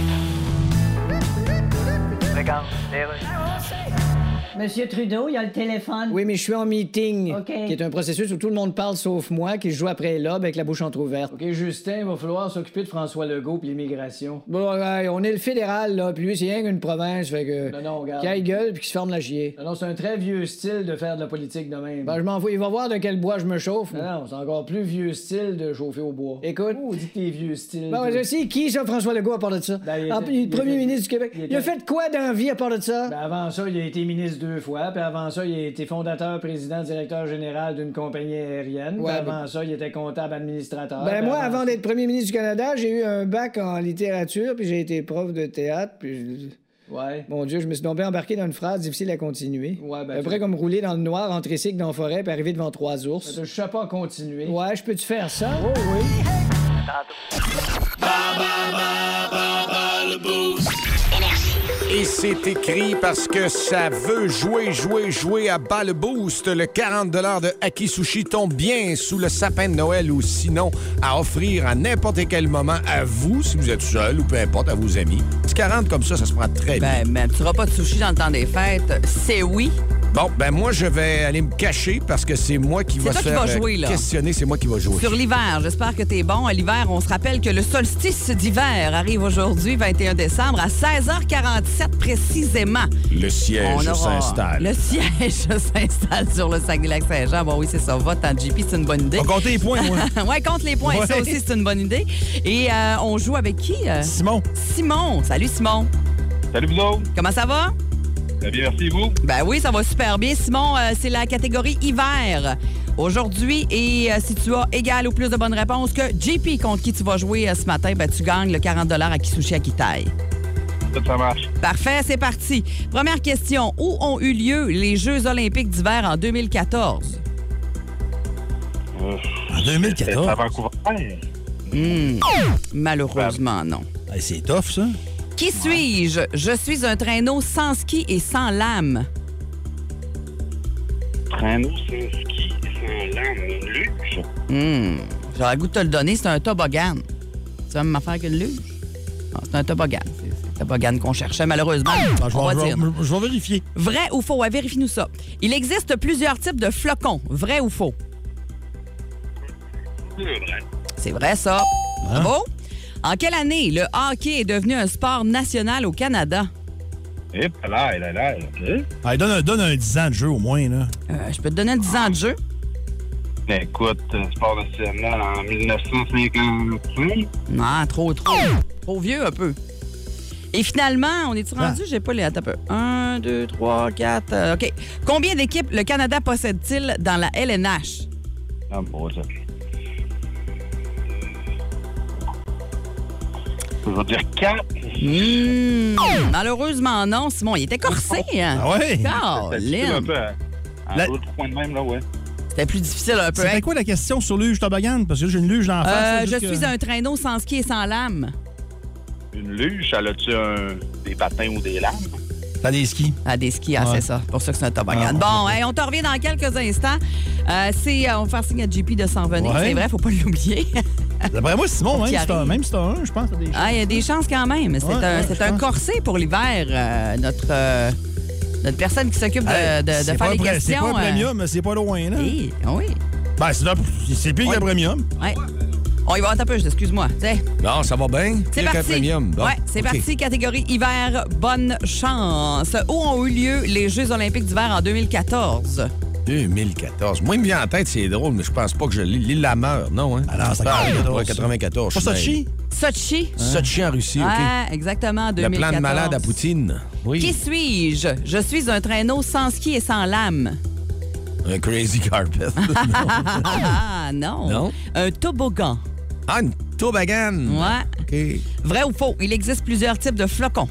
Speaker 9: Monsieur Trudeau, il y a le téléphone.
Speaker 10: Oui, mais je suis en meeting,
Speaker 9: OK.
Speaker 10: qui est un processus où tout le monde parle sauf moi, qui joue après l'aube avec la bouche entrouverte. OK, Justin, il va falloir s'occuper de François Legault puis l'immigration. Bon, ouais, on est le fédéral, là, puis lui, c'est rien qu'une province, fait que... Non, non, regarde. Qu'il gueule puis qu'il se forme la chier. Non, non, c'est un très vieux style de faire de la politique de même. Ben, je m'en fous, il va voir de quel bois je me chauffe. Non, non, c'est encore plus vieux style de chauffer au bois. Écoute... Oh, dit tes vieux styles. Bon, je sais qui, ça, François Legault, à part de ça? Ah, puis le premier ministre du Québec. Il, a fait quoi dans la vie, à part de ça? avant ça, il a été ministre deux fois, puis avant ça, il a été fondateur, président, directeur général d'une compagnie aérienne. avant ça, il était comptable administrateur. Ben moi, avant d'être premier ministre du Canada, j'ai eu un bac en littérature, puis j'ai été prof de théâtre, puis... je- Mon Dieu, je me suis tombé embarqué dans une phrase difficile à continuer. Après, comme rouler dans le noir, en tricycle dans la forêt, puis arriver devant trois ours. je sais pas continuer. Ouais, je peux-tu faire ça? Oh oui.
Speaker 3: Et c'est écrit parce que ça veut jouer, jouer, jouer à bas le boost. Le 40 de Aki Sushi tombe bien sous le sapin de Noël ou sinon à offrir à n'importe quel moment à vous, si vous êtes seul ou peu importe, à vos amis. Petit 40 comme ça, ça se prend très bien.
Speaker 4: Ben, mais tu n'auras pas de sushi dans le temps des fêtes. C'est oui.
Speaker 3: Bon, ben moi, je vais aller me cacher parce que c'est moi qui va
Speaker 4: toi
Speaker 3: se
Speaker 4: qui
Speaker 3: faire
Speaker 4: vas
Speaker 3: euh,
Speaker 4: jouer, là.
Speaker 3: questionner, c'est moi qui va jouer.
Speaker 4: Sur l'hiver, j'espère que t'es bon. À l'hiver, on se rappelle que le solstice d'hiver arrive aujourd'hui, 21 décembre, à 16h47 précisément.
Speaker 3: Le
Speaker 4: On
Speaker 3: siège
Speaker 4: aura-
Speaker 3: s'installe.
Speaker 4: Le siège s'installe sur le Saguenay-Lac-Saint-Jean. Bon, oui, c'est ça. Vote en GP, c'est une bonne idée.
Speaker 5: On comptait les points, moi.
Speaker 4: ouais, compte les points. Ça
Speaker 5: Ouais.
Speaker 4: aussi, c'est une bonne idée. Et euh, on joue avec qui? euh?
Speaker 5: Simon,
Speaker 4: Simon. Salut, Simon.
Speaker 7: Salut, vous autres.
Speaker 4: Comment ça va?
Speaker 7: Très bien, merci, vous.
Speaker 4: Ben oui, ça va super bien. Simon, euh, c'est la catégorie hiver aujourd'hui. Et euh, si tu as égal ou plus de bonnes réponses que JP contre qui tu vas jouer euh, ce matin, ben, tu gagnes le 40 à Kisushi Akitaï.
Speaker 7: Ça, ça marche.
Speaker 4: Parfait, c'est parti. Première question. Où ont eu lieu les Jeux olympiques d'hiver en 2014?
Speaker 5: En 2014?
Speaker 2: Oh.
Speaker 11: À Vancouver.
Speaker 4: Hmm. Malheureusement, non.
Speaker 5: c'est tough, ça.
Speaker 4: Qui suis-je? Je suis un traîneau sans ski et sans lame.
Speaker 11: Traîneau sans ski, sans lame, une luge.
Speaker 4: Hmm. J'aurais le goût de te le donner, c'est un toboggan. C'est la même affaire que le luge? Non, c'est un toboggan. C'est c'est le toboggan qu'on cherchait, malheureusement.
Speaker 5: Ah, je,
Speaker 4: On va
Speaker 5: vais,
Speaker 4: dire.
Speaker 5: je vais- je vais vérifier.
Speaker 4: Vrai ou faux? Ouais, Vérifie-nous ça. Il existe plusieurs types de flocons. Vrai ou faux? C'est vrai, ça. Bravo. En quelle année le hockey est devenu un sport national au Canada?
Speaker 11: Hip, Eh, là, là, là, OK.
Speaker 5: Allez, Ah, donne, un, donne un 10 ans de jeu au moins. Là.
Speaker 4: Euh, je peux te donner 10 ans de jeu.
Speaker 11: Ben, écoute, euh, sport national en 1955.
Speaker 4: Non, Ah, trop, trop. Trop vieux, un peu. Et finalement, on est-tu rendu? J'ai pas les... Attends un peu. Un, deux, trois, quatre... euh, OK. Combien d'équipes le Canada possède-t-il dans la LNH?
Speaker 11: Ah, bon, ça. Je vais dire 4.
Speaker 4: Hmm, malheureusement, non. Simon, il était corsé. Hein?
Speaker 11: Ah ouais?
Speaker 4: Colin.
Speaker 11: un peu. hein. En
Speaker 5: La-
Speaker 11: deux, trois points de même, là, ouais.
Speaker 4: C'était plus difficile un peu.
Speaker 5: C'était
Speaker 4: hein?
Speaker 5: quoi la question sur luge toboggan? Parce que là, j'ai une luge dans la face.
Speaker 4: Euh,
Speaker 5: là,
Speaker 4: je
Speaker 5: juste que-
Speaker 4: suis un traîneau sans ski et sans lame.
Speaker 11: Une luge, elle a-tu un... des patins ou des lames?
Speaker 5: T'as des skis.
Speaker 4: Ah, des skis, ah, c'est ça. pour ça que c'est un
Speaker 5: Ah,
Speaker 4: toboggan. Bon, hey, on te revient dans quelques instants. Euh, c'est, euh, on va faire signe à JP de s'en venir.
Speaker 5: Ouais.
Speaker 4: C'est vrai, faut pas l'oublier.
Speaker 5: D'après moi, Simon,
Speaker 4: Qui
Speaker 5: même si t'as
Speaker 4: arrive.
Speaker 5: même si t'as un, je pense. t'as des-
Speaker 4: Ah, il y a des chances quand même. C'est
Speaker 5: Ouais,
Speaker 4: un,
Speaker 5: ouais,
Speaker 4: c'est
Speaker 5: je
Speaker 4: un
Speaker 5: pense.
Speaker 4: corset pour l'hiver, euh, notre, euh, notre personne qui s'occupe de,
Speaker 5: Hey,
Speaker 4: de- de
Speaker 5: c'est
Speaker 4: faire
Speaker 5: pas
Speaker 4: les
Speaker 5: pré- C'est
Speaker 4: questions.
Speaker 5: pas un
Speaker 4: euh,
Speaker 5: premium, mais c'est pas loin, là.
Speaker 4: Oui, oui.
Speaker 5: Ben, c'est un- c'est pire que le premium.
Speaker 4: ouais. On y va un peu, excuse-moi. Tiens,
Speaker 3: Non, ça va bien.
Speaker 4: C'est
Speaker 3: Pire qu'un
Speaker 4: parti.
Speaker 3: premium. Bon,
Speaker 4: Ouais, c'est
Speaker 3: OK.
Speaker 4: parti, catégorie hiver, bonne chance. Où ont eu lieu les Jeux olympiques d'hiver en 2014?
Speaker 3: 2014. Moi, il me vient en tête, c'est drôle, mais je pense pas que je l'ai. L'île Lameur, non, hein?
Speaker 4: Ah
Speaker 5: non, c'est 94,
Speaker 3: Ouais,
Speaker 5: ça.
Speaker 3: 94. je
Speaker 5: Pas
Speaker 3: suis
Speaker 5: Sochi?
Speaker 4: Sochi.
Speaker 3: mêlé. Sochi en Russie, OK.
Speaker 4: Hein? Ouais, exactement,
Speaker 3: Le
Speaker 4: 2014.
Speaker 3: plan de malade à Poutine. Oui.
Speaker 4: Qui suis-je? Je suis un traîneau sans ski et sans lame.
Speaker 3: Un crazy carpet.
Speaker 4: Ah, non.
Speaker 3: Non?
Speaker 4: Un toboggan.
Speaker 3: ah, une toboggan.
Speaker 4: Ouais.
Speaker 3: OK. Ouais,
Speaker 4: Vrai ou faux? Il existe plusieurs types de flocons.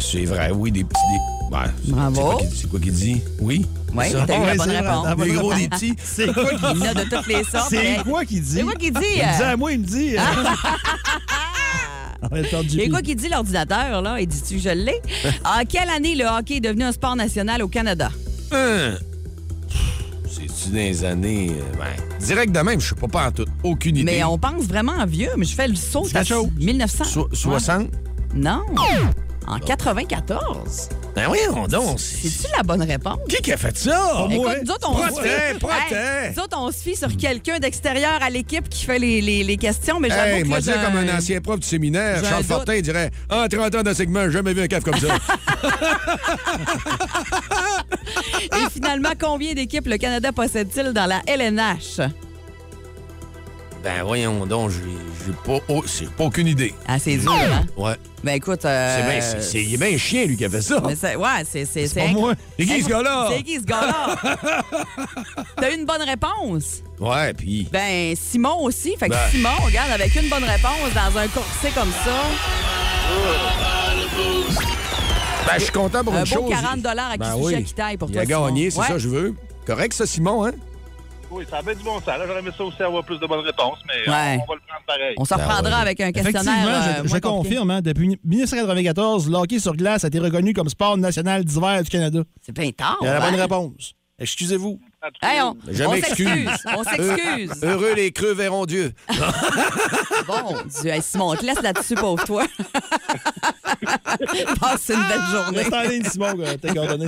Speaker 3: c'est vrai, oui, des petits. Des... Ouais, c'est-
Speaker 4: Bravo.
Speaker 3: c'est quoi qu'il- C'est quoi qu'il dit? Oui?
Speaker 4: Oui,
Speaker 3: C'est ça?
Speaker 4: t'as eu la
Speaker 3: Ouais,
Speaker 4: bonne
Speaker 3: c'est vrai,
Speaker 4: réponse.
Speaker 3: Des gros, des petits.
Speaker 5: C'est quoi qu'il
Speaker 4: Il y en a de toutes les sortes.
Speaker 5: C'est
Speaker 4: mais-
Speaker 5: quoi qu'il dit?
Speaker 4: C'est quoi qu'il dit?
Speaker 5: Il me dit
Speaker 4: euh,
Speaker 5: à moi, il me dit. euh. On va le faire du
Speaker 4: C'est
Speaker 5: pire.
Speaker 4: quoi qu'il dit l'ordinateur, là? Il dit-tu, je l'ai? en quelle année le hockey est devenu un sport national au Canada?
Speaker 3: Hein? C'est-tu dans les années. euh, Ben, direct de même, je sais pas, pas en tout. Aucune idée.
Speaker 4: Mais on pense vraiment en vieux, mais je fais le saut
Speaker 3: C'est
Speaker 4: à
Speaker 3: quelque chose.
Speaker 4: 1900.
Speaker 3: So- 60?
Speaker 4: Non. En 94.
Speaker 3: Ben oui, on donc. c'est-
Speaker 4: C'est-tu la bonne réponse?
Speaker 3: Qui qui a fait ça?
Speaker 4: Écoute, nous autres, on se
Speaker 3: Protège,
Speaker 4: fie-
Speaker 3: protège.
Speaker 4: Hey, nous autres, on se fie sur quelqu'un d'extérieur à l'équipe qui fait les, les- les questions, mais j'avoue
Speaker 3: Hey,
Speaker 4: que
Speaker 3: moi,
Speaker 4: là,
Speaker 3: dire
Speaker 4: j'ai
Speaker 3: comme un ancien prof du séminaire,
Speaker 4: j'ai un
Speaker 3: Charles
Speaker 4: doute.
Speaker 3: Fortin il dirait En 30 ans d'enseignement, j'ai jamais vu un caf comme ça. Ah!
Speaker 4: Et finalement, combien d'équipes le Canada possède-t-il dans la LNH?
Speaker 3: ben voyons donc, j'ai j'ai pas, oh, c'est pas aucune idée.
Speaker 4: Ah, c'est dur, hein?
Speaker 3: Ouais.
Speaker 4: Ben écoute... euh,
Speaker 3: C'est bien- c'est- c'est- il est bien chien, lui, qui a fait ça.
Speaker 4: Mais c'est- ouais, c'est... C'est c'est
Speaker 5: Pas
Speaker 4: inc-
Speaker 5: moi.
Speaker 3: C'est qui, ce gars-là?
Speaker 4: C'est qui ce gars-là? T'as eu une bonne réponse?
Speaker 3: Ouais, puis.
Speaker 4: Ben, Simon aussi. Fait que
Speaker 3: Ben.
Speaker 4: Simon, regarde, avec une bonne réponse dans un corset comme ça,
Speaker 3: Ben, je suis content pour
Speaker 4: un
Speaker 3: une
Speaker 4: beau
Speaker 3: chose.
Speaker 4: 40 à qui
Speaker 3: Ben
Speaker 4: touche
Speaker 3: oui.
Speaker 4: à qui taille pour
Speaker 3: il
Speaker 4: toi.
Speaker 3: a gagné, c'est
Speaker 4: Simon.
Speaker 3: ça que
Speaker 4: Ouais.
Speaker 3: je veux. Correct, ça, Simon, hein?
Speaker 11: Oui, ça avait du bon sens. Là, j'aurais aimé ça aussi avoir plus de bonnes réponses, mais euh,
Speaker 4: Ouais.
Speaker 11: on, on va le prendre pareil.
Speaker 4: On s'en
Speaker 3: Ben
Speaker 4: reprendra
Speaker 3: ouais.
Speaker 4: avec un questionnaire.
Speaker 5: Effectivement,
Speaker 4: euh,
Speaker 5: je- je,
Speaker 4: moins compliqué.
Speaker 5: confirme, hein, depuis 1994, le hockey sur glace a été reconnu comme sport national d'hiver du Canada.
Speaker 4: C'est bien tard.
Speaker 5: Il y a la bonne
Speaker 4: hein?
Speaker 5: réponse. Excusez-vous.
Speaker 4: Hey, on
Speaker 3: Je
Speaker 4: on
Speaker 3: m'excuse.
Speaker 4: s'excuse. On s'excuse.
Speaker 3: Heureux les creux verront Dieu.
Speaker 4: Bon Dieu, hey, Simon, on te laisse là-dessus, pauvre toi. Passe une belle journée.
Speaker 5: Reste en ligne, Simon, euh, tes coordonnées.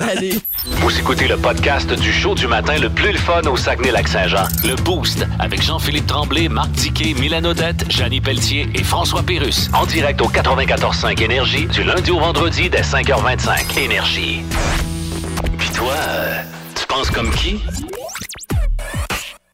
Speaker 4: Allez.
Speaker 2: Vous écoutez le podcast du show du matin le plus le fun au Saguenay-Lac-Saint-Jean. Le Boost avec Jean-Philippe Tremblay, Marc Tiquet, Milan Odette, Janine Pelletier et François Pérus. En direct au 94.5 Énergie du lundi au vendredi dès 5h25. Énergie. Puis toi, euh, tu penses comme qui?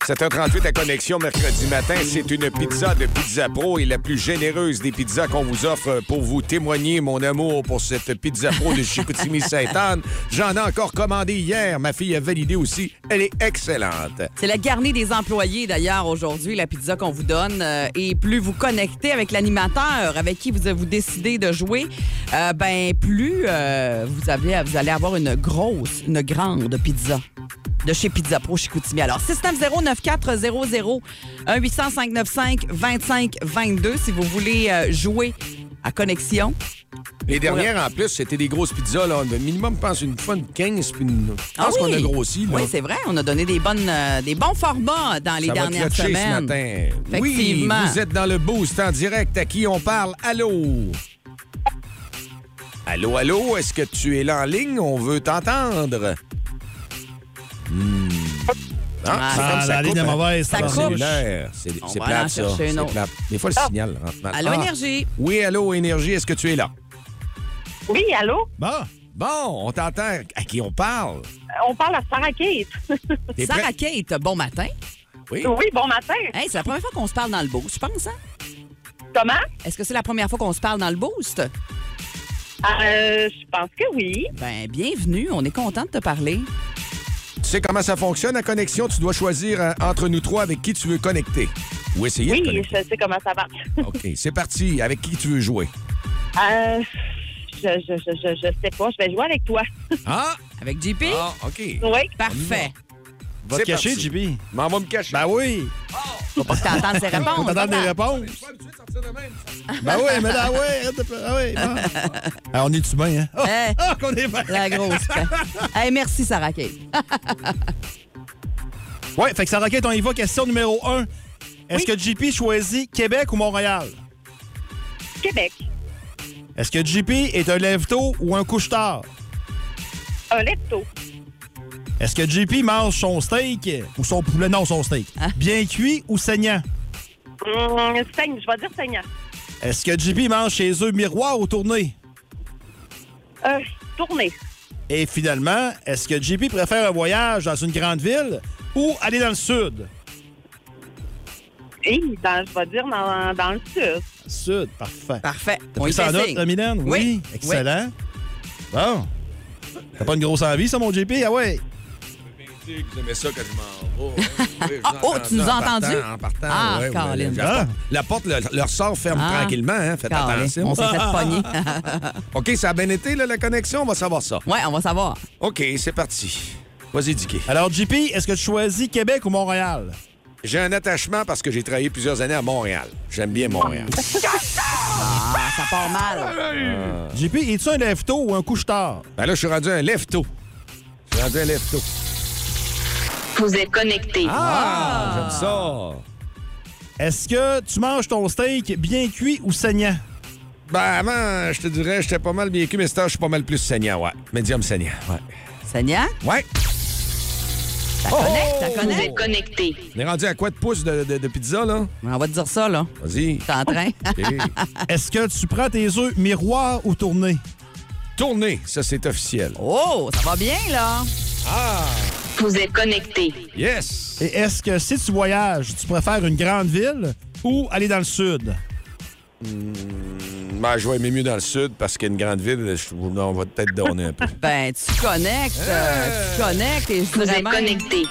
Speaker 3: 7h38 à Connexion, mercredi matin. C'est une pizza de Pizza Pro et la plus généreuse des pizzas qu'on vous offre pour vous témoigner mon amour pour cette Pizza Pro de Chicoutimi-Sainte-Anne. J'en ai encore commandé hier. Ma fille a validé aussi. Elle est excellente.
Speaker 4: C'est la garnie des employés, d'ailleurs, aujourd'hui, la pizza qu'on vous donne. euh, et plus vous connectez avec l'animateur avec qui vous, vous décidez de jouer, euh, ben plus euh, vous, avez, vous allez avoir une grosse, une grande pizza. de chez Pizza Pro chez Chicoutimi. Alors, 690-9400, 1-800-595-2522 si vous voulez euh, jouer à Connexion.
Speaker 3: Les dernières, en plus, c'était des grosses pizzas. Là. Le minimum, je pense, une fois, une 15, puis une... Je pense qu'on a grossi. Là.
Speaker 4: Ah Oui, c'est vrai. On a donné des, bonnes, euh, des bons formats dans les
Speaker 3: Ça va
Speaker 4: dernières
Speaker 3: clutcher
Speaker 4: semaines.
Speaker 3: ce matin. Oui,
Speaker 4: Effectivement.
Speaker 3: vous êtes dans le boost en direct. À qui on parle? Allô? Allô, allô? Est-ce que tu es là en ligne? On veut t'entendre. Hmm. Ah,
Speaker 5: Ah,
Speaker 3: c'est
Speaker 5: ça-
Speaker 3: comme ça
Speaker 5: la ligne
Speaker 3: coupe,
Speaker 5: est
Speaker 3: hein.
Speaker 5: mauvaise, ça
Speaker 3: Dans le
Speaker 5: coupe.
Speaker 3: cellulaire. C'est
Speaker 5: On
Speaker 3: c'est
Speaker 5: va
Speaker 3: plate,
Speaker 5: en
Speaker 3: ça.
Speaker 5: chercher une
Speaker 3: C'est
Speaker 5: autre.
Speaker 3: plate. Des fois, le
Speaker 5: Ah.
Speaker 3: signal rentre mal.
Speaker 5: Allô,
Speaker 3: Ah.
Speaker 5: Énergie.
Speaker 3: Oui, allô, Énergie. Est-ce que tu es là?
Speaker 6: Oui, allô?
Speaker 3: Bon. Bon, on t'entend. À qui on parle?
Speaker 6: On parle à Sarah Kate.
Speaker 3: T'es
Speaker 4: Sarah Kate, bon matin.
Speaker 3: Oui.
Speaker 6: Oui, bon matin.
Speaker 4: Hey, c'est la première fois qu'on se parle dans le boost, je pense, hein?
Speaker 6: Comment?
Speaker 4: Est-ce que c'est la première fois qu'on se parle dans le boost?
Speaker 6: Euh, je pense que oui.
Speaker 4: Ben, bienvenue. On est content de te parler.
Speaker 3: Tu sais comment ça fonctionne à connexion? Tu dois choisir euh, entre nous trois avec qui tu veux connecter. Ou essayer de
Speaker 6: Oui,
Speaker 3: connecter.
Speaker 6: je sais comment ça marche.
Speaker 3: OK, c'est parti. Avec qui tu veux jouer?
Speaker 6: Euh, je, je, je, je, je sais pas. Je vais jouer avec toi.
Speaker 3: Ah!
Speaker 4: Avec JP?
Speaker 3: Ah, OK.
Speaker 6: Oui.
Speaker 4: Bah. Parfait.
Speaker 5: Va te cacher, JB.
Speaker 3: M'en va me cacher.
Speaker 5: Ben oui.
Speaker 4: Faut pas que t'entendes ses réponses.
Speaker 5: Faut t'entendre des réponses. Ben oui, mais là, oui, arrête de pla- ah oui. bon. Ah, on est humain, hein?
Speaker 4: Hey,
Speaker 5: qu'on est
Speaker 4: Euh. La grosse. hey, merci, Sarah Kate.
Speaker 5: Ouais, fait que ça raquette, on y va. Question numéro 1. Est-ce que JP choisit Québec ou Montréal?
Speaker 6: Québec.
Speaker 5: Est-ce que JP est un lève-tôt ou un couche-tard?
Speaker 6: Un lepto.
Speaker 5: Est-ce que JP mange son steak ou son poulet? Non, son steak.
Speaker 4: Ah.
Speaker 5: Bien cuit ou saignant?
Speaker 6: Hum, saigne, je vais dire saignant.
Speaker 5: Est-ce que JP mange chez eux miroir ou tourné?
Speaker 6: Euh, tournée.
Speaker 5: Et finalement, est-ce que JP préfère un voyage dans une grande ville ou aller dans le sud?
Speaker 6: Et dans, je vais dire dans, dans le sud.
Speaker 5: Sud, parfait.
Speaker 4: Parfait.
Speaker 5: T'as
Speaker 6: On y
Speaker 5: pris ça en
Speaker 6: fait
Speaker 5: note,
Speaker 6: signe.
Speaker 5: là, Mylène? Oui.
Speaker 6: Oui.
Speaker 5: Excellent. Bon. T'as pas une grosse envie, ça, mon JP? Ah ouais.
Speaker 3: Vous aimez ça quand je m'en vais.
Speaker 4: Ah, oh, tu nous as
Speaker 3: En partant,
Speaker 4: entendu?
Speaker 3: En partant,
Speaker 4: Ah,
Speaker 3: ouais, ouais,
Speaker 4: Colin.
Speaker 3: la- la, la porte, le, leur sort ferme
Speaker 4: Ah,
Speaker 3: tranquillement. Hein, faites
Speaker 4: Colin,
Speaker 3: attention.
Speaker 4: on s'est fait pogner.
Speaker 3: OK, ça a bien été, là, la connexion. On va savoir ça.
Speaker 4: Ouais, on va savoir.
Speaker 3: OK, c'est parti. Vas-y, Dicky.
Speaker 5: Alors, JP, est-ce que tu choisis Québec ou Montréal?
Speaker 3: J'ai un attachement parce que j'ai travaillé plusieurs années à Montréal. J'aime bien Montréal.
Speaker 4: Ah, ça part mal.
Speaker 5: JP, es-tu un lève-tôt ou un couche-tard?
Speaker 3: Ben là, je suis rendu un lefto. Je suis rendu un lefto.
Speaker 1: Vous êtes connecté.
Speaker 3: Ah, j'aime ça.
Speaker 5: Est-ce que tu manges ton steak bien cuit ou saignant?
Speaker 3: Ben avant, je te dirais, j'étais pas mal bien cul, mais c'est je suis pas mal plus saignant, ouais. Médium saignant, ouais.
Speaker 4: Saignant?
Speaker 3: Ouais.
Speaker 4: Ça
Speaker 3: Oh!
Speaker 4: connecte, ça
Speaker 1: Vous
Speaker 4: connecte.
Speaker 1: êtes connecté.
Speaker 3: On est rendu à quoi de pouces de, de- de pizza, là?
Speaker 4: On va te dire ça, là.
Speaker 3: Vas-y.
Speaker 4: T'es en train.
Speaker 5: Est-ce que tu prends tes œufs miroir ou tourné?
Speaker 3: Tournez, ça c'est officiel.
Speaker 4: Oh, ça va bien, là.
Speaker 3: Ah!
Speaker 1: Vous êtes connecté.
Speaker 3: Yes!
Speaker 5: Et est-ce que si tu voyages, tu préfères une grande ville ou aller dans le sud?
Speaker 3: Ben, je vais aimer mieux dans le sud parce qu'il y a une grande ville, je- on va peut-être donner un peu.
Speaker 4: Ben, tu connectes. euh, Tu connectes et je
Speaker 1: Vous
Speaker 4: dirais
Speaker 1: êtes
Speaker 4: même-
Speaker 1: connecté.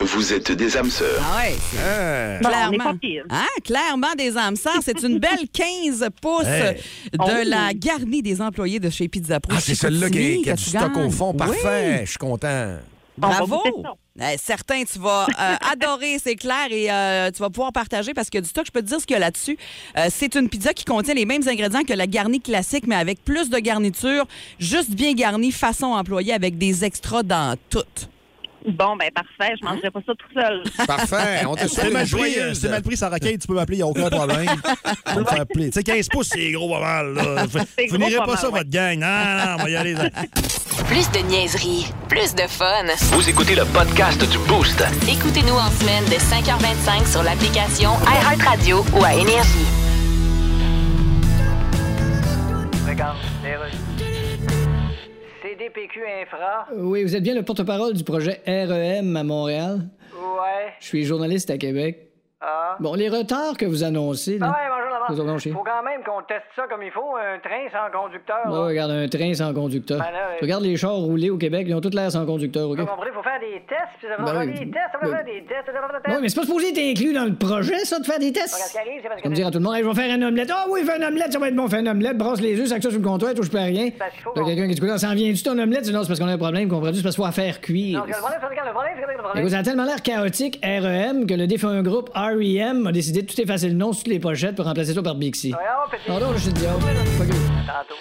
Speaker 12: Vous êtes des âmes sœurs.
Speaker 4: Ah ouais, c'est-
Speaker 3: Ah.
Speaker 4: clairement. Hein? Clairement, des âmes sœurs, c'est une belle 15 pouces
Speaker 3: Hey.
Speaker 4: de
Speaker 1: Oh!
Speaker 4: la garnie des employés de chez Pizza Pro.
Speaker 3: Ah, c'est
Speaker 4: Chicoutimi
Speaker 3: celle-là qui, a- qui a
Speaker 4: que
Speaker 3: du
Speaker 4: tu
Speaker 3: stock au
Speaker 4: gagnes.
Speaker 3: fond.
Speaker 4: Oui.
Speaker 3: Parfait, je suis content.
Speaker 4: Bravo! Eh, certains, tu vas euh, adorer, c'est clair, et euh, tu vas pouvoir partager parce que du stock, je peux te dire ce qu'il y a là-dessus. Euh, c'est une pizza qui contient les mêmes ingrédients que la garnie classique, mais avec plus de garniture, juste bien garnie, façon employée, avec des extras dans tout.
Speaker 6: Bon, ben parfait. Je mangerai pas ça tout seul.
Speaker 3: Parfait, on te
Speaker 5: C'est
Speaker 3: souhaite
Speaker 5: mal,
Speaker 3: une
Speaker 5: pris, euh,
Speaker 3: joyeuse.
Speaker 5: c'est mal pris, ça raquette, tu peux m'appeler, il n'y a aucun problème. On va te faire appeler. Tu sais, 15 pouces, c'est gros pas mal. Là. Vous
Speaker 1: C'est
Speaker 5: vous
Speaker 1: gros
Speaker 5: n'irez
Speaker 1: pas
Speaker 5: pas
Speaker 1: mal,
Speaker 5: ça,
Speaker 1: ouais.
Speaker 5: votre gang. Non, non, on va y aller. là.
Speaker 1: Plus de niaiserie, plus de fun.
Speaker 2: Vous écoutez le podcast du Boost.
Speaker 1: Écoutez-nous en semaine de 5h25 sur l'application iHeartRadio ou à Énergie.
Speaker 13: CDPQ Infra.
Speaker 10: Oui, vous êtes bien le porte-parole du projet REM à Montréal.
Speaker 13: Ouais.
Speaker 10: Je suis journaliste à Québec.
Speaker 13: Ah.
Speaker 10: Bon, les retards que vous annoncez, là,
Speaker 13: Ah ouais, bonjour,
Speaker 10: Ils ont lâché.
Speaker 12: Faut quand même qu'on teste ça comme il faut, un train sans conducteur.
Speaker 10: Ouais, regarde, un train sans conducteur.
Speaker 12: Ben là, euh, Ah,
Speaker 10: Tu Regarde les chars roulés au Québec, ils ont toutes l'air sans conducteur, OK?
Speaker 12: Vous comprenez, faut faire des tests, puis ça va
Speaker 10: Ben
Speaker 12: faire
Speaker 10: ouais,
Speaker 12: des tests, ça va
Speaker 10: le-
Speaker 12: faire des tests, ça va faire des tests.
Speaker 10: Oui, mais c'est pas supposé être inclus dans le projet, ça, de faire des tests.
Speaker 12: Regarde, ce qui arrive, c'est parce que
Speaker 10: Comme dire à tout le monde, Hey, je vais faire un omelette. Ah oui, fais un omelette, ça va être bon, fais un omelette, brasse les œufs, sac ça sur le comptoir, touche pas à rien.
Speaker 12: Parce qu'il faut
Speaker 10: Là,
Speaker 12: qu'on-
Speaker 10: quelqu'un qui dit, Coudonc, ça en vient-tu ton omelette? Je dis, Non, c'est parce qu'on a un problème, comprends-tu? C'est parce qu'il faut la faire
Speaker 12: Non,
Speaker 10: cuire.
Speaker 12: regarde, le problème, c'est- regarde, le problème, c'est que- le problème-
Speaker 10: Écoute, ça a tellement l'air chaotique, REM, que le défunt groupe REM a décidé de tout effacer le nom sur toutes les pochettes pour remplacer ça par Bixi.
Speaker 12: oh,
Speaker 10: Pardon, je suis diable. Fuck you.